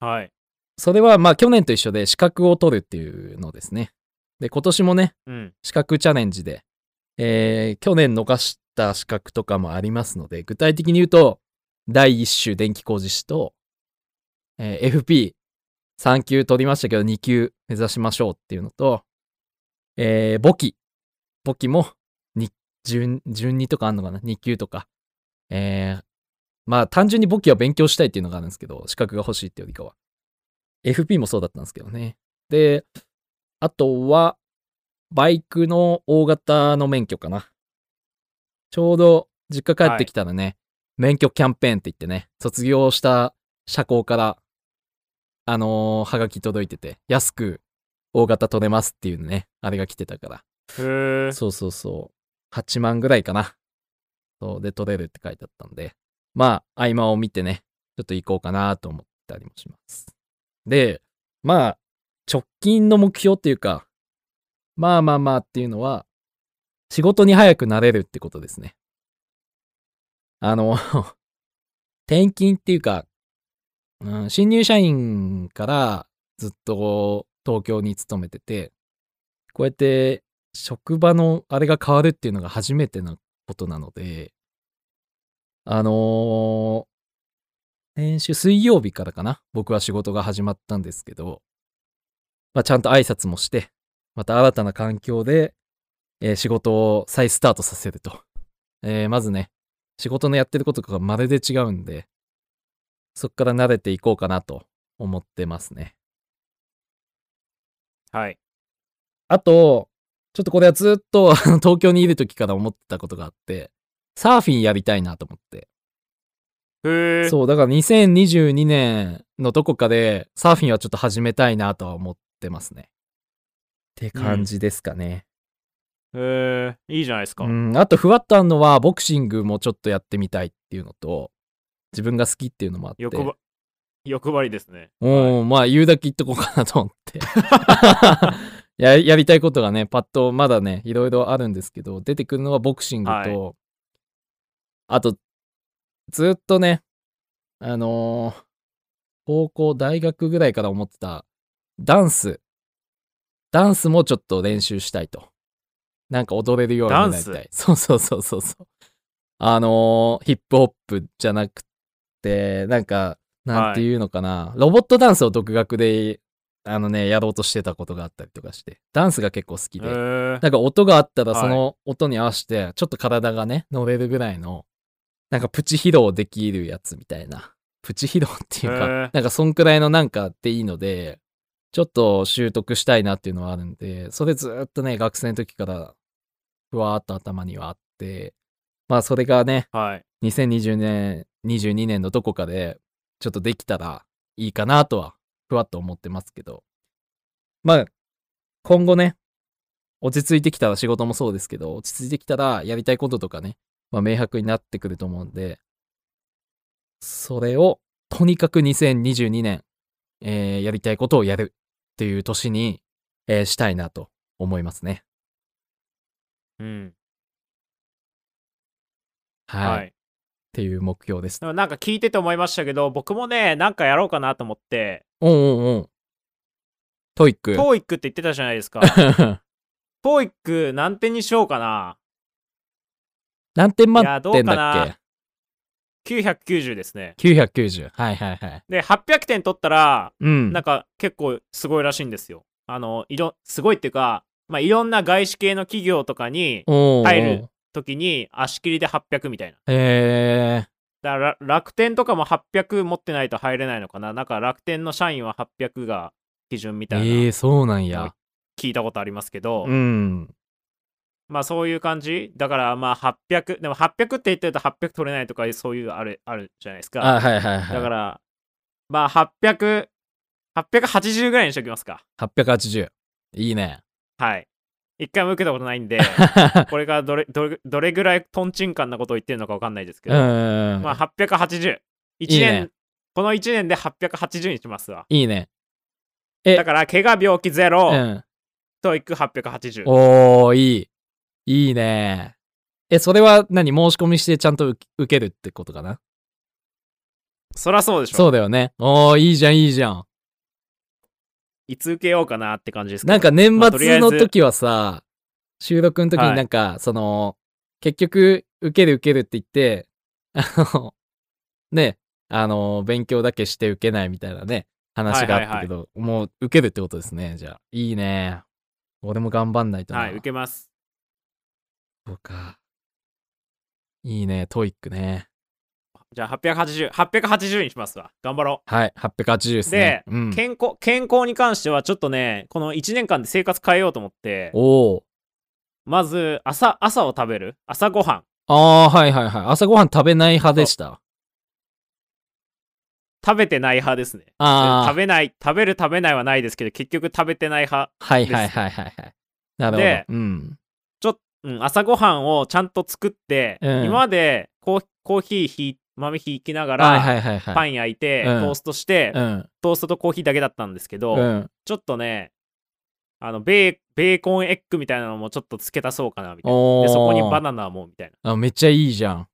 Speaker 2: はい。
Speaker 1: それはまあ去年と一緒で資格を取るっていうのですね。で、今年もね、
Speaker 2: うん。
Speaker 1: 資格チャレンジで、えー去年逃した資格とかもありますので、具体的に言うと、第1種電気工事士と、えー FP3 級取りましたけど、2級目指しましょうっていうのと、えー簿記。簿記も、に順、順2とかあんのかな ?2 級とか。えーまあ単純に簿記は勉強したいっていうのがあるんですけど、資格が欲しいってよりかは。 FP もそうだったんですけどね。で、あとは、バイクの大型の免許かな。ちょうど、実家帰ってきたらね、免許キャンペーンって言ってね、卒業した車高から、あのーはがき届いてて、安く大型取れますっていうね、あれが来てたから。
Speaker 2: へえ。
Speaker 1: そうそうそう。8万ぐらいかな。そう、で、取れるって書いてあったんで、まあ、合間を見てね、ちょっと行こうかなと思ったりもします。で、まあ、直近の目標っていうか、まあまあまあっていうのは、仕事に早くなれるってことですね。あの、 転勤っていうか、うん、新入社員からずっと東京に勤めてて、こうやって職場のあれが変わるっていうのが初めてなことなので、あのー先週水曜日からかな、僕は仕事が始まったんですけど、まあ、ちゃんと挨拶もして、また新たな環境で、えー仕事を再スタートさせると。えーまずね、仕事のやってることとかまるで違うんで、そっから慣れていこうかなと思ってますね。
Speaker 2: はい。
Speaker 1: あと、ちょっとこれはずっとあの東京にいる時から思ってたことがあって、サーフィンやりたいなと思って。
Speaker 2: へえ。
Speaker 1: そう、だから2022年のどこかでサーフィンはちょっと始めたいなとは思ってますね。って感じですかね。
Speaker 2: へえ。いいじゃないですか。
Speaker 1: うん、あとふわっとあんのはボクシングもちょっとやってみたいっていうのと、自分が好きっていうのもあって。
Speaker 2: 欲張欲張りですね。
Speaker 1: うん、まあ言うだけ言っとこうかなと思って。 ややりたいことがね、パッとまだね、いろいろあるんですけど、出てくるのはボクシングと、
Speaker 2: はい
Speaker 1: あと、ずっとね、あのー高校、大学ぐらいから思ってた、ダンス。ダンスもちょっと練習したいと。なんか踊れるようになりた
Speaker 2: ダン
Speaker 1: い。そうそうそうそうそう。あのーヒップホップじゃなくて、なんか、なんていうのかな、ロボットダンスを独学で、あのね、やろうとしてたことがあったりとかして、ダンスが結構好き
Speaker 2: へ
Speaker 1: で、
Speaker 2: え。
Speaker 1: なんか音があったら
Speaker 2: はい
Speaker 1: その音に合わせて、ちょっと体がね、乗れるぐらいの、なんかプチ疲労できるやつみたいな。プチ疲労っていう
Speaker 2: へ
Speaker 1: か
Speaker 2: え、
Speaker 1: なんかそんくらいのなんかでいいので、ちょっと習得したいなっていうのはあるんで、それずーっとね、学生の時から、ふわーっと頭にはあって、まあそれがね、
Speaker 2: はい。
Speaker 1: 2020年、22年のどこかで、ちょっとできたらいいかなとは、ふわっと思ってますけど。まあ、今後ね、落ち着いてきたら仕事もそうですけど、落ち着いてきたらやりたいこととかね、まあ明白になってくると思うんで、それを、とにかく2022年、えーやりたいことをやるっていう年に、えーしたいなと思いますね。
Speaker 2: うん。
Speaker 1: はい。
Speaker 2: はい
Speaker 1: っ。ていう目標です
Speaker 2: で。もなんか聞いてて思いましたけど、僕もね、なんかやろうかなと思って、
Speaker 1: うんうんうん。トイック。
Speaker 2: TOEIC って言ってたじゃな いですか。TOEIC 何点にしようかな。
Speaker 1: 何点満
Speaker 2: いやど
Speaker 1: 点
Speaker 2: うか
Speaker 1: だっ
Speaker 2: な990ですね。
Speaker 1: け ?990。はいはいはい。
Speaker 2: で、800点取ったら、
Speaker 1: うん。
Speaker 2: なんか結構すごいらしいんですよ。あの、いろ、すごいっていうか、まあ、いろんな外資系の企業とかに、
Speaker 1: おー
Speaker 2: 入る。時に足切りで800みたいな。
Speaker 1: え
Speaker 2: だからら楽天とかも800持ってないと入れないのかな。なんか楽天の社員は800が基準み
Speaker 1: ー、
Speaker 2: たいな、
Speaker 1: えー、そうなんや。
Speaker 2: 聞いたことありますけど、
Speaker 1: うん。
Speaker 2: まあそういう感じ。だからまあ800、でも800って言ってると800取れないとかそういうあるあるじゃないですか。
Speaker 1: あ、はいはいはい。
Speaker 2: だから、まあ800、880ぐらいにしときますか。
Speaker 1: 880。いい ね。
Speaker 2: はい。一回も受けたことないんで、これがどれどれどれぐらいトンチンカンなことを言ってるのかわかんないですけ
Speaker 1: う
Speaker 2: ど、
Speaker 1: ん。
Speaker 2: まあ880。一
Speaker 1: いい
Speaker 2: 年
Speaker 1: ね
Speaker 2: この1年で880にしますわ。
Speaker 1: いいね。え
Speaker 2: だから、怪我、病気ゼ
Speaker 1: う
Speaker 2: ロ、
Speaker 1: ん。
Speaker 2: トイック880。
Speaker 1: おー、いい。いいね。え、それは何申し込みしてちゃんと受受けるってことかな
Speaker 2: そらそうでしょ。
Speaker 1: そうだよね。おー、いいじゃん、いいじゃん。
Speaker 2: いつ受けようかなって感じですけど
Speaker 1: なんか年
Speaker 2: まあとりあ
Speaker 1: 末
Speaker 2: え
Speaker 1: の
Speaker 2: ず
Speaker 1: 時はさ、収録の時になんか、その、結局、受ける受けるって言って、あの、ね、あの、勉強だけして受けないみたいなね、話があったけど、もう受けるってことですね、じゃあ。いいね。俺も頑張んないとな。
Speaker 2: はい、受けます。
Speaker 1: そうか。いいね、トイックね。
Speaker 2: じゃあ880、880にしますわ。頑張ろ
Speaker 1: はい、880ですね。う
Speaker 2: う。
Speaker 1: ん、
Speaker 2: 健康、健康に関してはちょっとね、この1年間で生活変えようと思って、
Speaker 1: おー
Speaker 2: まず朝、朝を食べる朝ごはん。
Speaker 1: ああー、はいはいはい。朝ごはん食べない派でした。
Speaker 2: 食べてない派ですね。
Speaker 1: ああ
Speaker 2: 食、べない、食べる食べないはないですけど、結局食べてない派。
Speaker 1: はいはいはいはいはい。なるほ
Speaker 2: で
Speaker 1: ど。うん。
Speaker 2: ちょっうん、朝ごはんをちゃんと作って、
Speaker 1: うん
Speaker 2: 今までコーコーヒーひい豆ひきながら、
Speaker 1: はいはいはいはい。
Speaker 2: パン焼いて、
Speaker 1: うん
Speaker 2: トーストして、
Speaker 1: うん。
Speaker 2: トーストとコーヒーだけだったんですけど、
Speaker 1: うん。
Speaker 2: ちょっとねあのベーベーコンエッグみたいなのもちょっと付け足そうかなみたいな
Speaker 1: お
Speaker 2: で
Speaker 1: ー
Speaker 2: そこにバナナもみたいな
Speaker 1: あ。めっちゃいいじゃん。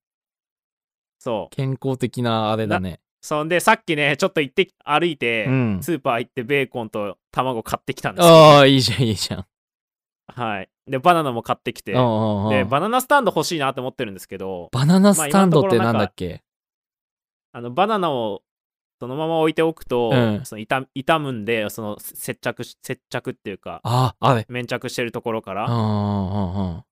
Speaker 2: そう
Speaker 1: 健康的なあれだね。
Speaker 2: そんでさっきねちょっと行って歩いて、
Speaker 1: うん。
Speaker 2: スーパー行ってベーコンと卵買ってきたんですよ
Speaker 1: ああ、いいじゃんいいじゃん。
Speaker 2: はいでバナナも買ってきて
Speaker 1: おうおうおう
Speaker 2: でバナナスタンド欲しいなって思ってるんですけど
Speaker 1: バナナスタンドってなんだっけ
Speaker 2: あのバナナをそのまま置いておくと、
Speaker 1: うん
Speaker 2: その傷傷むんでその接着し接着っていうか
Speaker 1: ああ、あれ。
Speaker 2: 粘着してるところか
Speaker 1: うんう
Speaker 2: ら
Speaker 1: んうんうん。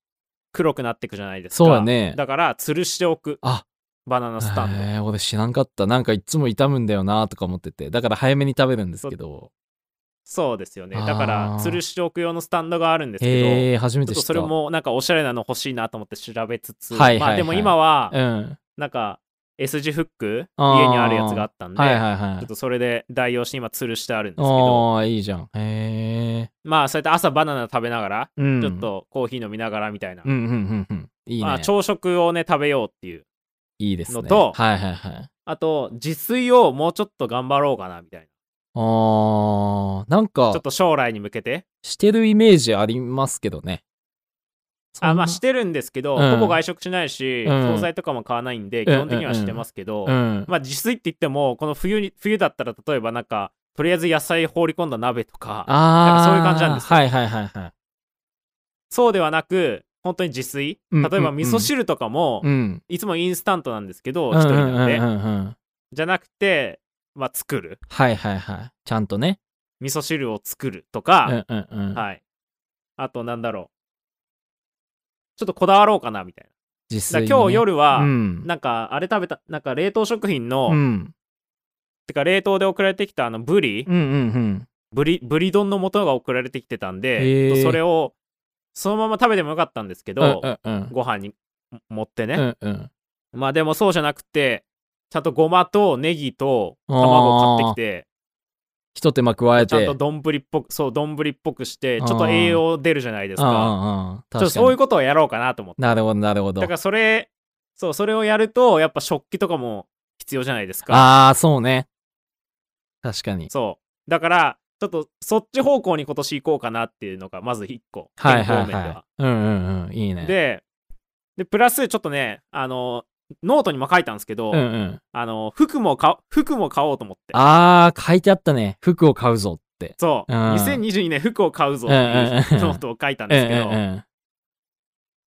Speaker 2: 黒くなっていくじゃないですか
Speaker 1: そうだね
Speaker 2: だから吊るしておく
Speaker 1: あ
Speaker 2: バナナスタンド、
Speaker 1: えー俺知らんかった。なんかいつも痛むんだよなとか思ってて。だから早めに食べるんですけど。
Speaker 2: そうですよね
Speaker 1: あー
Speaker 2: だから吊るしておく用のスタンドがあるんですけど、
Speaker 1: へえ、初め
Speaker 2: ちょ
Speaker 1: て
Speaker 2: っ
Speaker 1: 知
Speaker 2: と
Speaker 1: った。
Speaker 2: それもなんかおしゃれなの欲しいなと思って調べつつ、
Speaker 1: はいはいはい
Speaker 2: まあでも今は
Speaker 1: うん。
Speaker 2: なんか S 字フック
Speaker 1: あー
Speaker 2: 家にあるやつがあったんで、
Speaker 1: はいはいは
Speaker 2: ちょっ
Speaker 1: い。
Speaker 2: とそれで代用して今吊るしてあるんですけど
Speaker 1: ああ、いいじゃん。へえ。
Speaker 2: まあそうやって朝バナナ食べながら
Speaker 1: うん。
Speaker 2: ちょっ。とコーヒー飲みながらみたいな、
Speaker 1: うんうんうんうん。いいね。
Speaker 2: まあ、朝食をね食べようっていう
Speaker 1: いいですね。
Speaker 2: のと
Speaker 1: はいはいはい。
Speaker 2: あと自炊をもうちょっと頑張ろうかなみたい
Speaker 1: ああ、なん
Speaker 2: なちょ
Speaker 1: か
Speaker 2: っ、と将来に向けて
Speaker 1: してるイメージありますけどね。そんな
Speaker 2: あまあしてるんですけど、
Speaker 1: うん
Speaker 2: ほぼ外食しないし、
Speaker 1: うん
Speaker 2: 惣菜とかも買わないんで、
Speaker 1: ん
Speaker 2: 基本的にはしてますけど、
Speaker 1: うん。
Speaker 2: まあ自炊って言ってもこの冬に冬だったら例えばなんかとりあえず野菜放り込んだ鍋とか
Speaker 1: あ
Speaker 2: なんか
Speaker 1: あ、
Speaker 2: そういう感じなんですよ
Speaker 1: はいはいはいはい。
Speaker 2: そうではなく本当に自炊
Speaker 1: う
Speaker 2: 例
Speaker 1: ん
Speaker 2: えば
Speaker 1: うん
Speaker 2: 味噌汁とかも、
Speaker 1: うん。
Speaker 2: いつもインスタントなんですけど、一人なんで、
Speaker 1: うんうんうんうん
Speaker 2: じゃなくて、まあ、作る
Speaker 1: はいはいはい。ちゃんとね。
Speaker 2: 味噌汁を作ると
Speaker 1: う
Speaker 2: か、
Speaker 1: んうんうん。
Speaker 2: はいあとなんだろうちょっとこだわろうかなみたいな
Speaker 1: 自
Speaker 2: だ
Speaker 1: 炊
Speaker 2: か
Speaker 1: ね
Speaker 2: ら今日夜は、
Speaker 1: うん。
Speaker 2: なんかあれ食べたなんか冷凍食品の、
Speaker 1: うん。
Speaker 2: てか冷凍で送られてきたあのブリ、
Speaker 1: うんうんうん。
Speaker 2: ブリブリ丼の素が送られてきてたん
Speaker 1: へ
Speaker 2: で
Speaker 1: ー
Speaker 2: それをそのまま食べてもよかったんですけ
Speaker 1: うん
Speaker 2: ど、
Speaker 1: うんうん。
Speaker 2: ご飯に持って
Speaker 1: う
Speaker 2: ね、
Speaker 1: んうん。
Speaker 2: まあでもそうじゃなくてちゃんとごまとネギと卵を買ってきて
Speaker 1: ひと手間加えて。
Speaker 2: ちゃんと丼っぽくそう丼っぽくしてちょっと栄養出るじゃないですか
Speaker 1: ああ、
Speaker 2: ちょ
Speaker 1: あ
Speaker 2: っ
Speaker 1: あ
Speaker 2: と
Speaker 1: 確かに
Speaker 2: そういうことをやろうかなと思って
Speaker 1: なるほどなるほど
Speaker 2: だ。からそれそうそれをやるとやっぱ食器とかも必要じゃないですか
Speaker 1: ああ、そうね。確かに。
Speaker 2: そうだからちょっとそっち方向に今年行こうかなっていうのがまず1個
Speaker 1: はいは
Speaker 2: 健
Speaker 1: い
Speaker 2: 康面では
Speaker 1: はい。うんうんうん。いいね。、
Speaker 2: ででプラスちょっとねあのノートにも書いたんですけど、
Speaker 1: うんうん。
Speaker 2: あの服も買お服も買おうと思って
Speaker 1: ああ、書いてあったね。服を買うぞって。
Speaker 2: そう、
Speaker 1: うん
Speaker 2: 2022年服を買うぞってい
Speaker 1: う
Speaker 2: う
Speaker 1: んうんうん
Speaker 2: ノートを書いたん
Speaker 1: うん
Speaker 2: です
Speaker 1: うん
Speaker 2: けど、
Speaker 1: うん。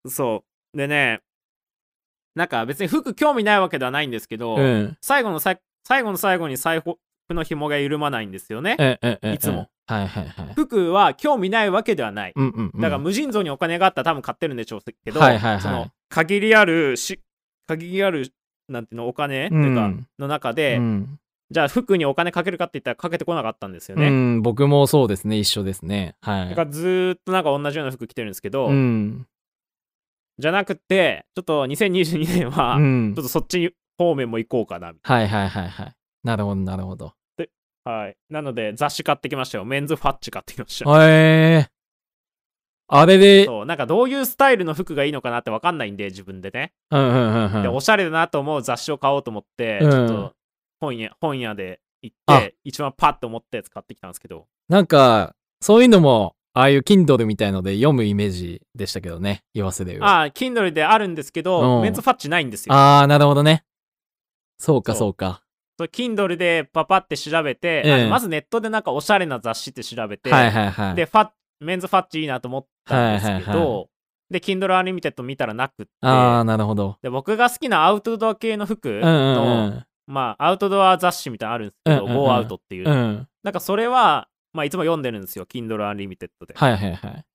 Speaker 2: そうでねなんか別に服興味ないわけではないんですけど、
Speaker 1: うん
Speaker 2: 最後のさい最後の最後に財布の紐が緩まないんですよね、
Speaker 1: うんうんうん。
Speaker 2: いつも。
Speaker 1: はいはいはい。
Speaker 2: 服は興味ないわけではない、
Speaker 1: うんうんうん。
Speaker 2: だから無尽蔵にお金があったら多分買ってるんでしょうけど、
Speaker 1: はいはいはい
Speaker 2: その限りあるし限りあるなんていうのお金、
Speaker 1: うん
Speaker 2: というかの中で、
Speaker 1: うん
Speaker 2: じゃあ服にお金かけるかって言ったらかけてこなかったんですよ
Speaker 1: う
Speaker 2: ね、
Speaker 1: ん、僕もそうですね。一緒ですね。はい。
Speaker 2: だからずーっとなんか同じような服着てるんですけど、
Speaker 1: うん。
Speaker 2: じゃなくてちょっと2022年は、
Speaker 1: う
Speaker 2: ち
Speaker 1: ん
Speaker 2: ょっとそっち方面も行こうかな
Speaker 1: はいはいはいはい。なるほどなるほど。
Speaker 2: はいなので雑誌買ってきましたよメンズファッチ買ってきました
Speaker 1: へえ。あれで、
Speaker 2: そうなんかどういうスタイルの服がいいのかなって分かんないんで自分でね、
Speaker 1: うんうんうん
Speaker 2: で
Speaker 1: うん
Speaker 2: お。しゃれだなと思う雑誌を買おうと思って、
Speaker 1: うん
Speaker 2: ちょっと本屋本屋で行っ
Speaker 1: あ
Speaker 2: て一番パッと思ったやつ買ってきたんですけど
Speaker 1: なんか、そういうのも、ああいう Kindle みたいので読むイメージでしたけどね。言わせで言う
Speaker 2: ああ Kindle であるんですけど、
Speaker 1: うん
Speaker 2: メンズファッチないんですよ
Speaker 1: あー、なるほどね。そうか、
Speaker 2: そう
Speaker 1: そうか。
Speaker 2: そう Kindle でパパって調べ
Speaker 1: え
Speaker 2: て、
Speaker 1: え
Speaker 2: あまずネットでなんかおしゃれな雑誌って調べて、
Speaker 1: はいはいはい。
Speaker 2: でファメンズファッチいいなと思ったんですけど、
Speaker 1: はいはいは
Speaker 2: で Kindle Unlimited 見たらなくって
Speaker 1: あー、なるほど。
Speaker 2: で僕が好きなアウトドア系の服
Speaker 1: う
Speaker 2: の、
Speaker 1: んうん
Speaker 2: まあアウトドア雑誌みたいなのあるんですけど、
Speaker 1: うんうんうん
Speaker 2: Go Out っていう、
Speaker 1: うん。うん。
Speaker 2: なんかそれは、まあ、いつも読んでるんですよ Kindle Unlimited で、
Speaker 1: はいはいはい。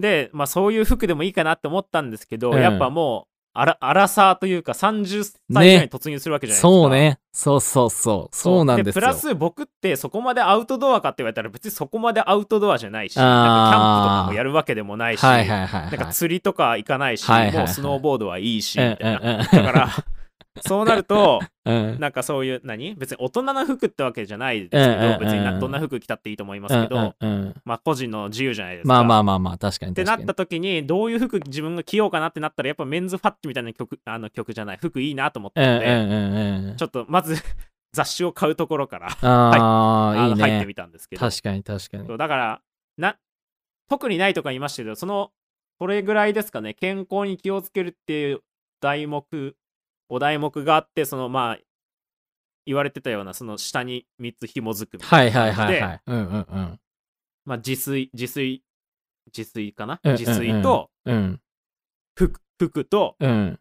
Speaker 2: で、まあ、そういう服でもいいかなって思ったんですけど、
Speaker 1: うん
Speaker 2: やっぱもうあら、アラサーというか30歳ぐらいに突入するわけじゃないですか。
Speaker 1: そう。ね。そうそうそう。そうなんですよ。
Speaker 2: プラス僕ってそこまでアウトドアかって言われたら別にそこまでアウトドアじゃないし、
Speaker 1: あー
Speaker 2: なんかキャンプとかもやるわけでもないし、
Speaker 1: はいはいはい、はい。
Speaker 2: なんか釣りとか行かないし、
Speaker 1: はいはいはい
Speaker 2: もうスノーボードはいいし、
Speaker 1: うん
Speaker 2: みたいな。だから、そうなると、
Speaker 1: うん うん
Speaker 2: なんかそういう、何別に大人の服ってわけじゃないですけ
Speaker 1: うんうんうん
Speaker 2: ど、別になどんな服着たっていいと思いますけど、
Speaker 1: うんうんうん
Speaker 2: まあ個人の自由じゃないですか。
Speaker 1: まあま
Speaker 2: あ。
Speaker 1: あまあまあ、確かに
Speaker 2: って
Speaker 1: 確
Speaker 2: な
Speaker 1: か
Speaker 2: っ
Speaker 1: に。
Speaker 2: た時に、どういう服自分が着ようかなってなったら、やっぱメンズファッチみたいな曲、あの曲じゃない、服いいなと思ったので、
Speaker 1: うんうんうんうん。
Speaker 2: ちょっとまず 雑誌を買うところから
Speaker 1: ああ、
Speaker 2: あ
Speaker 1: い
Speaker 2: の
Speaker 1: い
Speaker 2: 入って
Speaker 1: ね。
Speaker 2: みたんですけど
Speaker 1: 確かに確かに
Speaker 2: そ。うだからな特にないとか言いましたけどそのこれぐらいですかね健康に気をつけるっていう題目お題目があってそのまあ言われてたようなその下に3つ紐づくみた
Speaker 1: はいい
Speaker 2: な
Speaker 1: は
Speaker 2: 感
Speaker 1: い
Speaker 2: じで
Speaker 1: はいはい。うんうんうん。
Speaker 2: まあ、自炊自炊自炊かな
Speaker 1: うんうんうん
Speaker 2: 自炊と
Speaker 1: うん
Speaker 2: 服服と
Speaker 1: うん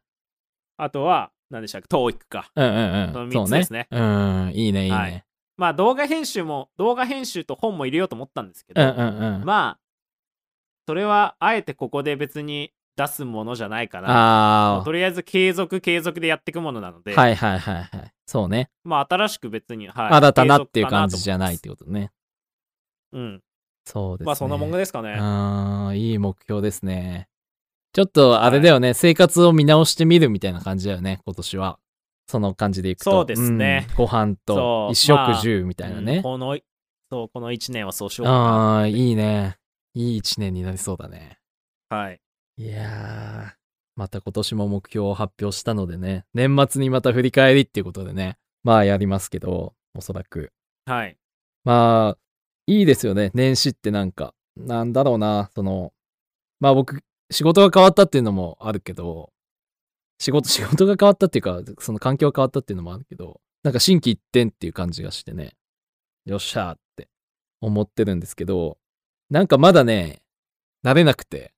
Speaker 2: あとは何でしたっけ TOEIC か
Speaker 1: うん
Speaker 2: そ
Speaker 1: うんう
Speaker 2: の
Speaker 1: ん。
Speaker 2: 三つ
Speaker 1: そう
Speaker 2: ですね
Speaker 1: うん、いいねいい
Speaker 2: は
Speaker 1: ね
Speaker 2: い。まあ動画編集も動画編集と本も入れようと思ったんですけど、
Speaker 1: うんうんうん。
Speaker 2: まあ、それはあえてここで別に出すものじゃないかな。
Speaker 1: あ
Speaker 2: とりあえず継続継続でやっていくものなので、
Speaker 1: あ、はいはいはいはい。そうね。
Speaker 2: まあ新しく別に、はい、
Speaker 1: 新たなっていう
Speaker 2: 継続か
Speaker 1: 感
Speaker 2: と思
Speaker 1: じじゃないっ
Speaker 2: ま
Speaker 1: てことね。
Speaker 2: すうん。
Speaker 1: そうですね。
Speaker 2: まあそんなもんですかね。
Speaker 1: あーいい目標ですね。ちょっとあれだよね、生活を見直してみるみたいな感じだよね、今年は。その感じでいくと。
Speaker 2: そうですね
Speaker 1: うんご飯と
Speaker 2: そう
Speaker 1: 一食十みたいな
Speaker 2: うん
Speaker 1: ね。
Speaker 2: この、そう、この1年はそうしようか
Speaker 1: ああー、いいね。いい一年になりそうだね。
Speaker 2: な。はい。
Speaker 1: いやー、また今年も目標を発表したのでね、年末にまた振り返りっていうことでね、まあやりますけど、おそらく。
Speaker 2: はい。
Speaker 1: まあ、いいですよね。年始ってなんか、なんだろうな、その、まあ僕、仕事が変わったっていうのもあるけど、仕事、 仕事が変わったっていうか、その環境が変わったっていうのもあるけど、なんか心機一転っていう感じがしてね、よっしゃーって思ってるんですけど、なんかまだね、慣れなくて、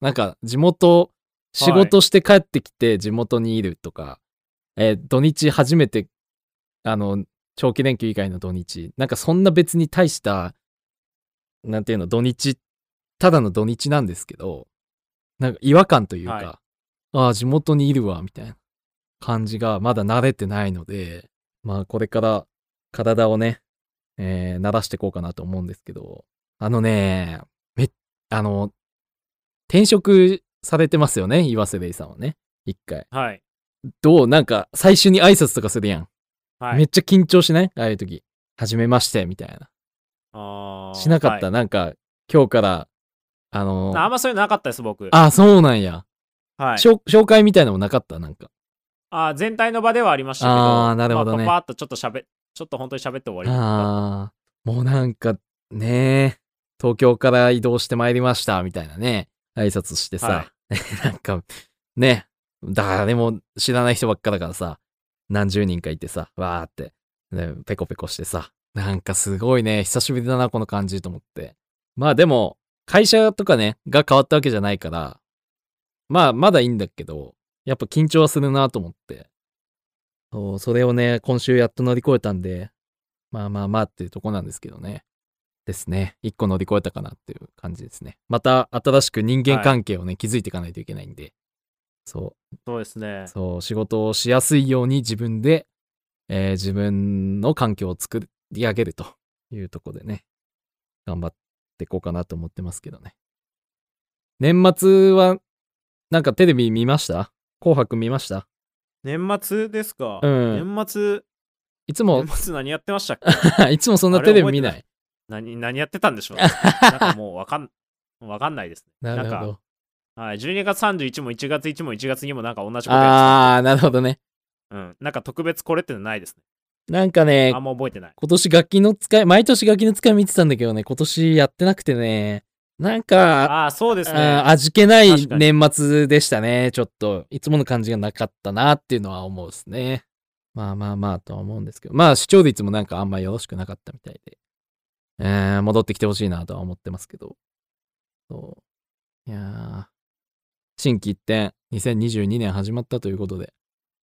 Speaker 1: なんか地元、仕事して帰ってきて地元にいるとか、えー土日初めて、あの、長期連休以外の土日なんかそんな別に大したなんていうの土日ただの土日なんですけどなんか違和感というか、
Speaker 2: はい
Speaker 1: ああ地元にいるわみたいな感じがまだ慣れてないのでまあこれから体をね、えー慣らしていこうかなと思うんですけどあのねめあの転職されてますよね岩瀬レイさんはね一回
Speaker 2: はい。
Speaker 1: どうなんか最初に挨拶とかするやん
Speaker 2: は
Speaker 1: め
Speaker 2: い
Speaker 1: っ。ちゃ緊張しないああいう時。はじめまして、みたいな。
Speaker 2: あー
Speaker 1: しなかった。
Speaker 2: はい
Speaker 1: なんか、今日から、あのー
Speaker 2: あんまそういうのなかったです、僕。
Speaker 1: あ、そうなんや、
Speaker 2: はい。
Speaker 1: しょ紹介みたいなのもなかったなんか。
Speaker 2: あー全体の場ではありましたけど、
Speaker 1: あーなるほどね
Speaker 2: まあパパッとちょっと喋、ちょっと本当に喋って終わりだった。
Speaker 1: ああ、もうなんか、ねえ東京から移動してまいりました、みたいなね。挨拶してさ。 なんか、ね、誰も知らない人ばっかだからさ、何十人かいてさ、わーって、ね、ペコペコしてさ、なんかすごいね、久しぶりだな、この感じと思って。まあでも、会社とかね、が変わったわけじゃないから、まあまだいいんだけど、やっぱ緊張はするなと思って。そうそれをね、今週やっと乗り越えたんで、まあまあまあっていうとこなんですけどね。ですね。一個乗り越えたかなっていう感じですね。また新しく人間関係をね、築いていかないといけないんで。そ
Speaker 2: そうですね
Speaker 1: う、。そう、仕事をしやすいように自分で、えー自分の環境を作り上げるというところでね、頑張っていこうかなと思ってますけどね。年末は、なんかテレビ見ました紅白見ました
Speaker 2: 年末ですか、
Speaker 1: うん
Speaker 2: 年末、
Speaker 1: いつも
Speaker 2: 年、末何やってましたっ け
Speaker 1: いつもそんなテレビ見ない。
Speaker 2: 何何やってたんでしょ うねなんかもうわかん、わかんないですね。
Speaker 1: なるほ
Speaker 2: ん
Speaker 1: ど
Speaker 2: か、。はい、12月31も1月1も1月2もなんか同じことやっ
Speaker 1: あー、なるほどね。
Speaker 2: てた。うん。なんか特別これってのないです
Speaker 1: なんかね
Speaker 2: ね。あ、んま覚えてない。
Speaker 1: 今年楽器の使い、毎年楽器の使い見てたんだけどね、今年やってなくてね、なんか、
Speaker 2: ああー、そうです
Speaker 1: うん
Speaker 2: ね。
Speaker 1: 味気ない
Speaker 2: 確かに
Speaker 1: 年末でしたね、ちょっと。いつもの感じがなかったなっていうのは思うですね。まあまあまあとは思うんですけど、まあ視聴率もなんかあんまよろしくなかったみたいで、えー戻ってきてほしいなとは思ってますけど。そういやー新規一転、2022年始まったということで、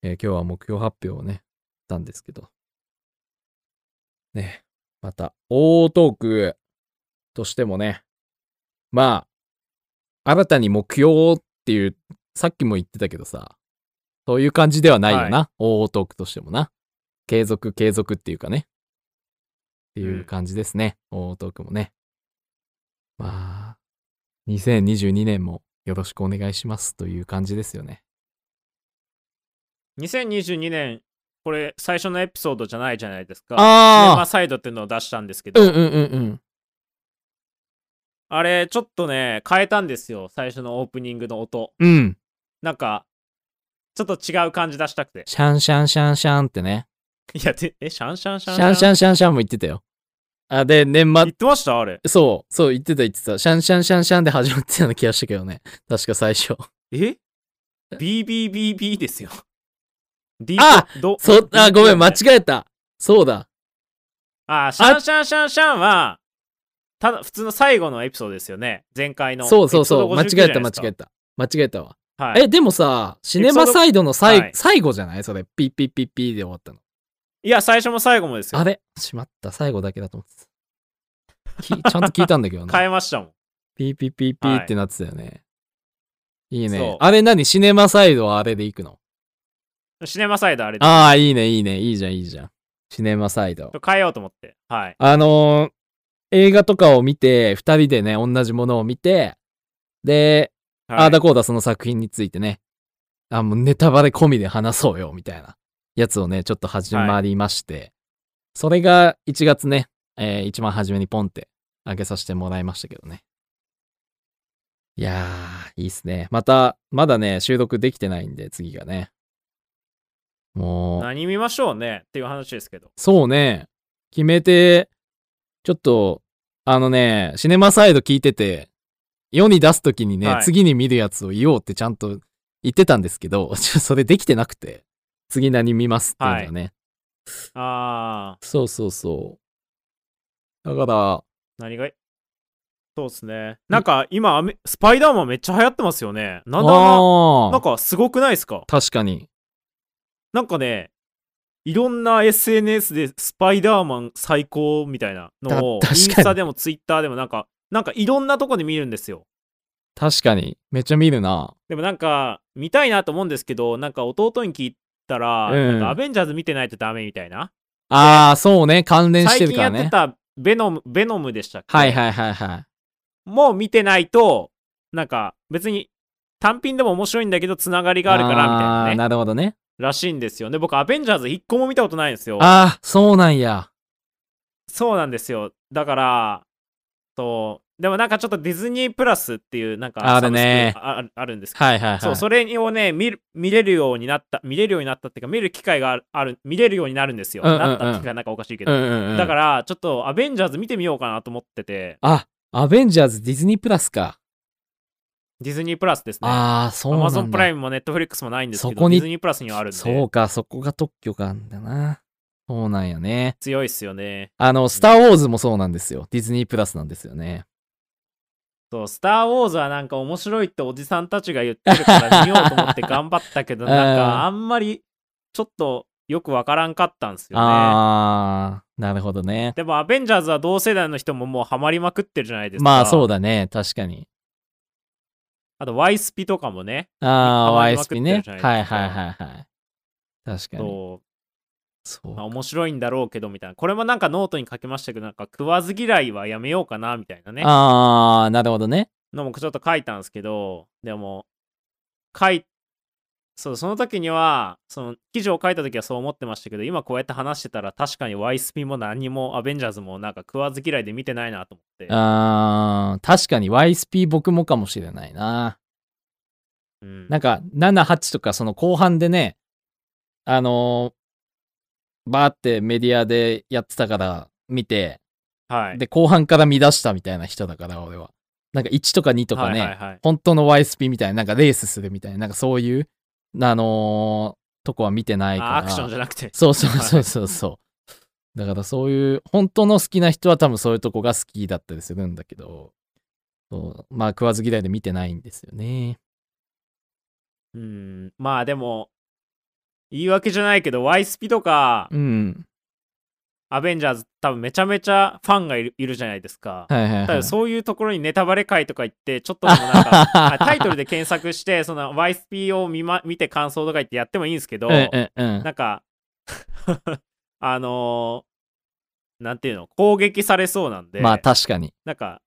Speaker 1: えー今日は目標発表をね、したんですけど。ね、また、大トークとしてもね、まあ、新たに目標っていう、さっきも言ってたけどさ、そういう感じではないよな。大トークとしてもな。継続、継続っていうかね。っていう感じですね。大トークもね。まあ、2022年もよろしくお願いしますという感じですよね。
Speaker 2: 2022年、これ、最初のエピソードじゃないじゃないですか。シネマ
Speaker 1: ああ
Speaker 2: サイドっていうのを出したんですけど、
Speaker 1: うんうんうんうん。
Speaker 2: あれ、ちょっとね、変えたんですよ。最初のオープニングの音。
Speaker 1: うん。
Speaker 2: なんか、ちょっと違う感じ出したくて。
Speaker 1: シャンシャンシャンシャンってね。
Speaker 2: いや、てえ、シャンシャンシ
Speaker 1: シ
Speaker 2: ャン
Speaker 1: ャンシャンシャンシャンも言ってたよ。あ、で、年末
Speaker 2: 言ってましたあれ。
Speaker 1: そう、そう、言ってた言ってた。シャンシャンシャンシャンで始まってたような気がしたけどね。確か最初。
Speaker 2: え ?BBBB ですよ。D
Speaker 1: あ
Speaker 2: ど
Speaker 1: そ、あ、ごめん、間違
Speaker 2: ち
Speaker 1: えた。そうだ。
Speaker 2: あ、シャンシャンシャンシャンは、ただ、普通の最後のエピソードですよね。前回の。
Speaker 1: そうそうそう。間
Speaker 2: エピソ
Speaker 1: 違え
Speaker 2: ード
Speaker 1: た、
Speaker 2: 59
Speaker 1: 間違えた。間違えたわ。
Speaker 2: た。はい。
Speaker 1: え、でもさ、シネマサイドのさい
Speaker 2: はい
Speaker 1: 最後じゃないそれ。ピッピッピッピーで終わったの。
Speaker 2: いや、最初も最後もですよ
Speaker 1: あ。れしまった。最後だけだと思ってた。きちゃんと聞いたんだけど
Speaker 2: 変え
Speaker 1: な。
Speaker 2: ましたもん。
Speaker 1: ピーピーピーピーってなってたよね。いい
Speaker 2: そう
Speaker 1: ね。あれ何シネマサイドはあれで行くの
Speaker 2: シネマサイドあれで
Speaker 1: ああ、いいね、いいね。いいじゃん、いいじゃん。シネマサイド。
Speaker 2: 変えようと思って。はい。
Speaker 1: あのー映画とかを見て、二人でね、同じものを見て、で、
Speaker 2: はい
Speaker 1: ああだこうだその作品についてね、あ、もうネタバレ込みで話そうよ、みたいなやつをね、ちょっと始まりまして、それが1月ね、えー一番初めにポンって上げさせてもらいましたけどね。いやー、いいっすね。また、まだね、収録できてないんで、次がね。もう、
Speaker 2: 何見ましょうねっていう話ですけど。
Speaker 1: そうね。決めて、ちょっと、あのね、シネマサイド聞いてて、世に出すときにね、
Speaker 2: はい
Speaker 1: 次に見るやつを言おうってちゃんと言ってたんですけど、 ちょそれできてなくて、次何見ますっていうのがね。
Speaker 2: あ
Speaker 1: そうそうそう。だか
Speaker 2: ー、何がいそうですね。なんか今アメ、スパイダーマンめっちゃ流行ってますよね。
Speaker 1: ら、
Speaker 2: なん
Speaker 1: あ
Speaker 2: だろうななん
Speaker 1: ー
Speaker 2: かすごくないですか
Speaker 1: 確かに。
Speaker 2: なんかね、いろんな SNS でスパイダーマン最高みたいなのを、イ
Speaker 1: た
Speaker 2: ン
Speaker 1: 確かに
Speaker 2: スタでもツイッターでもなんか、なんかいろんなとこで見るんですよ。
Speaker 1: 確かに。めっちゃ見るな。
Speaker 2: でもなんか、見たいなと思うんですけど、なんか弟に聞いたら、
Speaker 1: うん
Speaker 2: なんかアベンジャーズ見てないとダメみたいな。
Speaker 1: ああ、そうね。関連して
Speaker 2: 最
Speaker 1: る
Speaker 2: 近
Speaker 1: か
Speaker 2: や
Speaker 1: ら
Speaker 2: って
Speaker 1: ね。
Speaker 2: たベノム、ベノムでしたっけ
Speaker 1: はいはいはいはい。
Speaker 2: もう見てないと、なんか別に単品でも面白いんだけど、つながりがあるからみたい
Speaker 1: あー
Speaker 2: なね。
Speaker 1: なるほどね。
Speaker 2: らしいんですよね。僕、アベンジャーズ一個も見たことないんですよ。
Speaker 1: ああ、そうなんや。
Speaker 2: そうなんですよ。だから、そう。でもなんかちょっとディズニープラスっていうなんか
Speaker 1: あるね
Speaker 2: サブスクああるんですけど、
Speaker 1: はいはいはい。
Speaker 2: そうそれをね見る見れるようになった見れるようになったっていうか見る機会があるある見れるようになるんですよ、
Speaker 1: うんうんうん
Speaker 2: なった機会なんかおかしいけ
Speaker 1: う
Speaker 2: ど、
Speaker 1: んうんうん。
Speaker 2: だからちょっとアベンジャーズ見てみようかなと思ってて
Speaker 1: あ、アベンジャーズディズニープラスか。
Speaker 2: ディズニープラスですね
Speaker 1: ああ、そう
Speaker 2: ア
Speaker 1: なんだ。
Speaker 2: マゾンプライムもネットフリックスもないんです
Speaker 1: そ
Speaker 2: け
Speaker 1: こ
Speaker 2: ど、
Speaker 1: に
Speaker 2: ディズニープラスにはあるん
Speaker 1: そ
Speaker 2: で
Speaker 1: う、か、そこが特許があんだな。そうなんやね。
Speaker 2: 強いっすよね。
Speaker 1: あの、スター・ウォーズもそうなんですよ。ディズニープラスなんですよね。
Speaker 2: そう、スター・ウォーズはなんか面白いっておじさんたちが言ってるから見ようと思って頑張っ たけど、
Speaker 1: うん
Speaker 2: なんかあんまりちょっとよくわからんかったんですよね。
Speaker 1: ああ、なるほどね。
Speaker 2: でも、アベンジャーズは同世代の人ももうハマりまくってるじゃないですか。
Speaker 1: まあ、そう
Speaker 2: だ。
Speaker 1: だね。確かに。
Speaker 2: あと、ワイスピとかもね。
Speaker 1: ああ、
Speaker 2: ハマりまくって
Speaker 1: YSP
Speaker 2: るじゃな
Speaker 1: ね。
Speaker 2: いですか
Speaker 1: はいはいはいはい。確かに。
Speaker 2: そう
Speaker 1: そう
Speaker 2: まあ、面白いんだろうけどみたいな。これもなんかノートに書きましたけど、なんか食わず嫌いはやめようかなみたいなね。
Speaker 1: ああ、なるほどね。
Speaker 2: のもちょっと書いたんですけど、でも、書い、そう、その時には、その記事を書いた時はそう思ってましたけど、今こうやって話してたら、確かに Y スピも何もアベンジャーズもなんか食わず嫌いで見てないなと思って。
Speaker 1: ああ、確かに YSP 僕もかもしれないな。
Speaker 2: うん
Speaker 1: なんか、7、8とか、その後半でね、あのーバーってメディアでやってたから見て、
Speaker 2: はい。
Speaker 1: で、後半から見出したみたいな人だから、俺は。なんか1とか2とかね、
Speaker 2: はいはいはい。
Speaker 1: 本当の YSP みたいな、なんかレースするみたいな、なんかそういう、あのーとこは見てないから。
Speaker 2: あアクションじゃなくて。
Speaker 1: そうそうそうそうそう。だからそういう、本当の好きな人は多分そういうとこが好きだったりするんだけど、そうまあ食わず嫌いで見てないんですよね。
Speaker 2: うん。まあでも、言い訳じゃないけど、Y スピとか
Speaker 1: う、ん。
Speaker 2: アベンジャーズ多分めちゃめちゃファンがいるいるじゃないですか。
Speaker 1: はいはい
Speaker 2: た
Speaker 1: は
Speaker 2: だ
Speaker 1: い。
Speaker 2: そういうところにネタバレ会とか言って、ちょっとでもなんか、あタイトルで検索して、その YSP を見,、ま、見て感想とか言ってやってもいいんですけど、
Speaker 1: うんうんうん。
Speaker 2: なんか、 あのーなんていうの、攻撃されそうなんで、
Speaker 1: まあ確かに。
Speaker 2: なんか、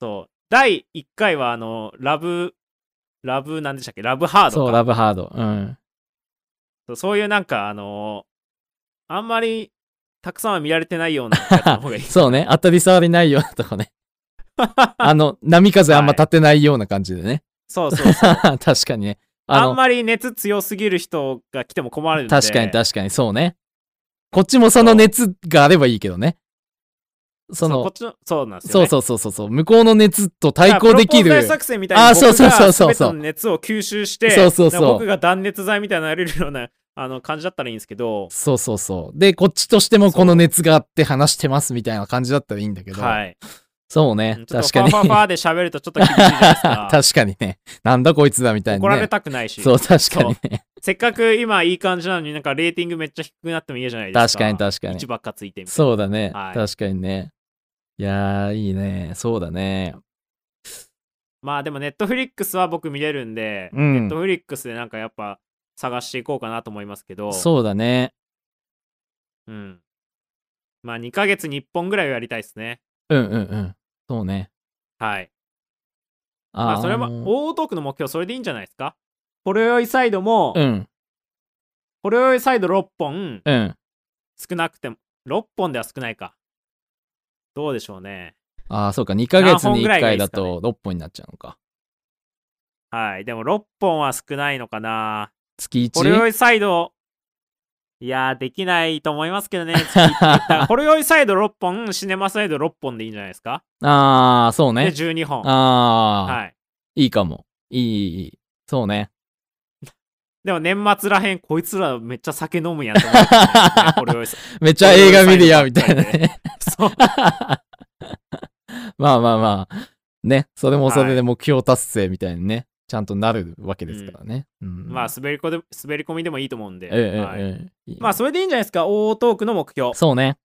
Speaker 2: そう、第1回は、あの、ラブ、ラブ、なんでしたっけ、ラブハードか
Speaker 1: そう、ラブハード。うん。
Speaker 2: そうそういうなんか、あのーあんまり、たくさんは見られてないようなやつの方がい い。
Speaker 1: そうね。当たり障りないようなと こね。あの、波風あんま立てないような感じでね。
Speaker 2: そうそうそう。
Speaker 1: 確かにね。あ
Speaker 2: あん
Speaker 1: の、
Speaker 2: まり熱強すぎる人が来ても困るんで。
Speaker 1: 確かに確かに、そうね。こっちもその熱があればいいけどね。そ
Speaker 2: そうこっ
Speaker 1: の、
Speaker 2: ちの、そうなんですよ、
Speaker 1: そう
Speaker 2: ね。う。
Speaker 1: そうそうそうそう、向こうの熱と対抗でき
Speaker 2: プロポーズ大
Speaker 1: る。
Speaker 2: 作戦みたいな
Speaker 1: あーそうそうそうそう
Speaker 2: 僕が全ての熱を吸収して、
Speaker 1: そうそうそう
Speaker 2: なんか僕が断熱材みたいになれるようなあの感じだったらいいんですけど、
Speaker 1: そうそうそう。で、こっちとしてもこの熱があって話してますみたいな感じだったらいいんだけど。
Speaker 2: はい。
Speaker 1: そう
Speaker 2: う
Speaker 1: ね
Speaker 2: ん。ちょっ
Speaker 1: 確
Speaker 2: とフ
Speaker 1: か
Speaker 2: ァー
Speaker 1: に。
Speaker 2: ファーファーで喋るとちょっと厳しいじゃないです か。
Speaker 1: 確かにね。なんだこいつだみたいな、ね。
Speaker 2: 怒られたくないし。
Speaker 1: そう、確かにね。
Speaker 2: せっかく今いい感じなのになんかレーティングめっちゃ低くなっても嫌じゃないで
Speaker 1: 確
Speaker 2: すか。
Speaker 1: かに確かに
Speaker 2: 1。ばっかついてみたいな。
Speaker 1: そうだね、
Speaker 2: はい
Speaker 1: 確かにね。いやー、いいね。そうだね。
Speaker 2: まあでもネットフリックスは僕見れるんで、
Speaker 1: う
Speaker 2: ネッ
Speaker 1: ん
Speaker 2: ト。フリックスでなんかやっぱ探していこうかなと思いますけど、
Speaker 1: そうだね。
Speaker 2: う。ん。まあ2ヶ月に1本ぐらいはやりたいですね。
Speaker 1: うんうんうん。そうね。
Speaker 2: はい。
Speaker 1: あ
Speaker 2: まあそれは、
Speaker 1: お
Speaker 2: 大トークの目標それでいいんじゃないですかホロ酔いサイドも、
Speaker 1: うん
Speaker 2: ホロ酔いサイド6本、
Speaker 1: うん。
Speaker 2: 少なくても、6本では少ないか。どうでしょうね。
Speaker 1: ああ、そうか。2ヶ月
Speaker 2: 何本
Speaker 1: に
Speaker 2: ぐら
Speaker 1: 1
Speaker 2: いが
Speaker 1: 回
Speaker 2: いいで
Speaker 1: だ
Speaker 2: すか
Speaker 1: と
Speaker 2: ね
Speaker 1: 6本になっちゃうのか。
Speaker 2: はい。でも6本は少ないのかな。
Speaker 1: 月
Speaker 2: ホロ酔
Speaker 1: 1?
Speaker 2: いサイド、いやー、できないと思いますけ どね。ホロ酔いサイド6本、シネマサイド6本でいいんじゃないですか
Speaker 1: ああ、そうね。
Speaker 2: で、12本。
Speaker 1: ああ、
Speaker 2: はい。
Speaker 1: い、いかも。いい、いいいい。そうね。
Speaker 2: でも年末らへん、こいつらめっちゃ酒飲むやんって思う かもしれないですねホロ酔いサイ
Speaker 1: めっちゃ映画見るや、みたいなね。
Speaker 2: ド。そう。
Speaker 1: まあまあまあ。ね。それもそれ
Speaker 2: は
Speaker 1: で目標達成みたいにね。ちゃんとなるわけですからね。うん。
Speaker 2: まあ滑りこで、滑り込みでもいいと思うんで。
Speaker 1: ええ、ええ
Speaker 2: はい
Speaker 1: ええ。
Speaker 2: まあ、それでいいんじゃないですか、大トークの目標。
Speaker 1: そうね。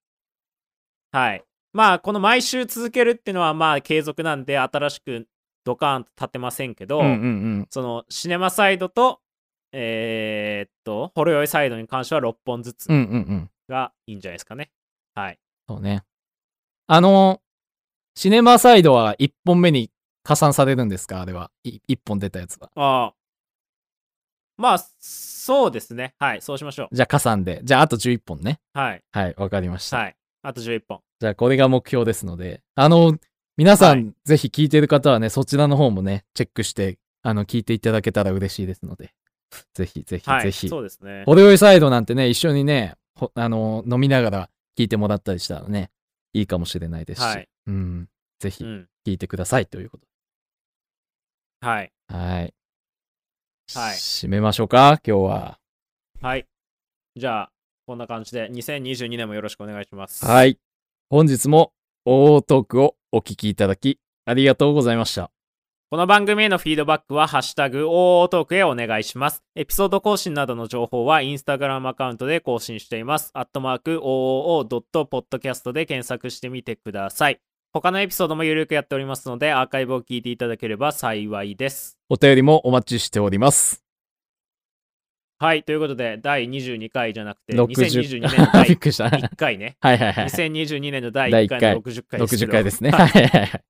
Speaker 2: はい。まあ、この毎週続けるっていうのは、まあ、継続なんで、新しくドカーンと立てませんけど、
Speaker 1: うんうんうん。
Speaker 2: その、シネマサイドと、えーっと、ほろ酔いサイドに関しては6本ずつ
Speaker 1: うんうんうん。
Speaker 2: がいいんじゃないですかね。はい。
Speaker 1: そうね。あの、シネマサイドは1本目に加算されるんですかあれは。い1本出たやつは。
Speaker 2: ああ。まあ、そうですね。はい。そうしましょ
Speaker 1: じゃあ加算で。じゃああと11本ね。
Speaker 2: う。はい。
Speaker 1: はい、わかりました。
Speaker 2: はい。あと11本。
Speaker 1: じゃあこれが目標ですので、あの、皆さん、
Speaker 2: は
Speaker 1: ぜひ聞いてる方はね、そちらの方もね、チェックして、あの、聞いていただけたら嬉しいですので、ぜひぜひ
Speaker 2: は
Speaker 1: ぜ
Speaker 2: い。
Speaker 1: ひ。
Speaker 2: そうですね。
Speaker 1: ほろ酔いサイドなんてね、一緒にね、ほあの、飲みながら聞いてもらったりしたらね、いいかもしれないですし、
Speaker 2: はい
Speaker 1: うん、ぜ
Speaker 2: う
Speaker 1: ひ
Speaker 2: ん。
Speaker 1: 聞いてくださいということで
Speaker 2: はい。
Speaker 1: はい。
Speaker 2: はい
Speaker 1: 締めましょうか、今日は。
Speaker 2: はい。じゃあ、こんな感じで、2022年もよろしくお願いします。
Speaker 1: はい。本日も、大トークをお聞きいただき、ありがとうございました。
Speaker 2: この番組へのフィードバックは、ハッシュタグ、OO トークへお願いします。エピソード更新などの情報は、インスタグラムアカウントで更新しています。アットマーク、OOO.podcast で検索してみてください。他のエピソードもゆるくやっておりますので、アーカイブを聞いていただければ幸いです。
Speaker 1: お便りもお待ちしております。
Speaker 2: はい、ということで、第22回じゃなくて、
Speaker 1: 60
Speaker 2: 2022年の
Speaker 1: びっ
Speaker 2: 第
Speaker 1: くりした。はい
Speaker 2: 1回ね。
Speaker 1: はいはい。
Speaker 2: 2022年の第1回の60回ですけ
Speaker 1: 60
Speaker 2: ど。
Speaker 1: 回ですね。はいはいはい。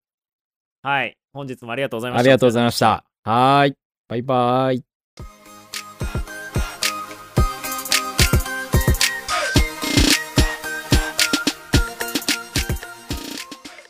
Speaker 2: はい、本日もありがとうございま
Speaker 1: あ
Speaker 2: した。
Speaker 1: りがとうございました。はーい。バイバーイ。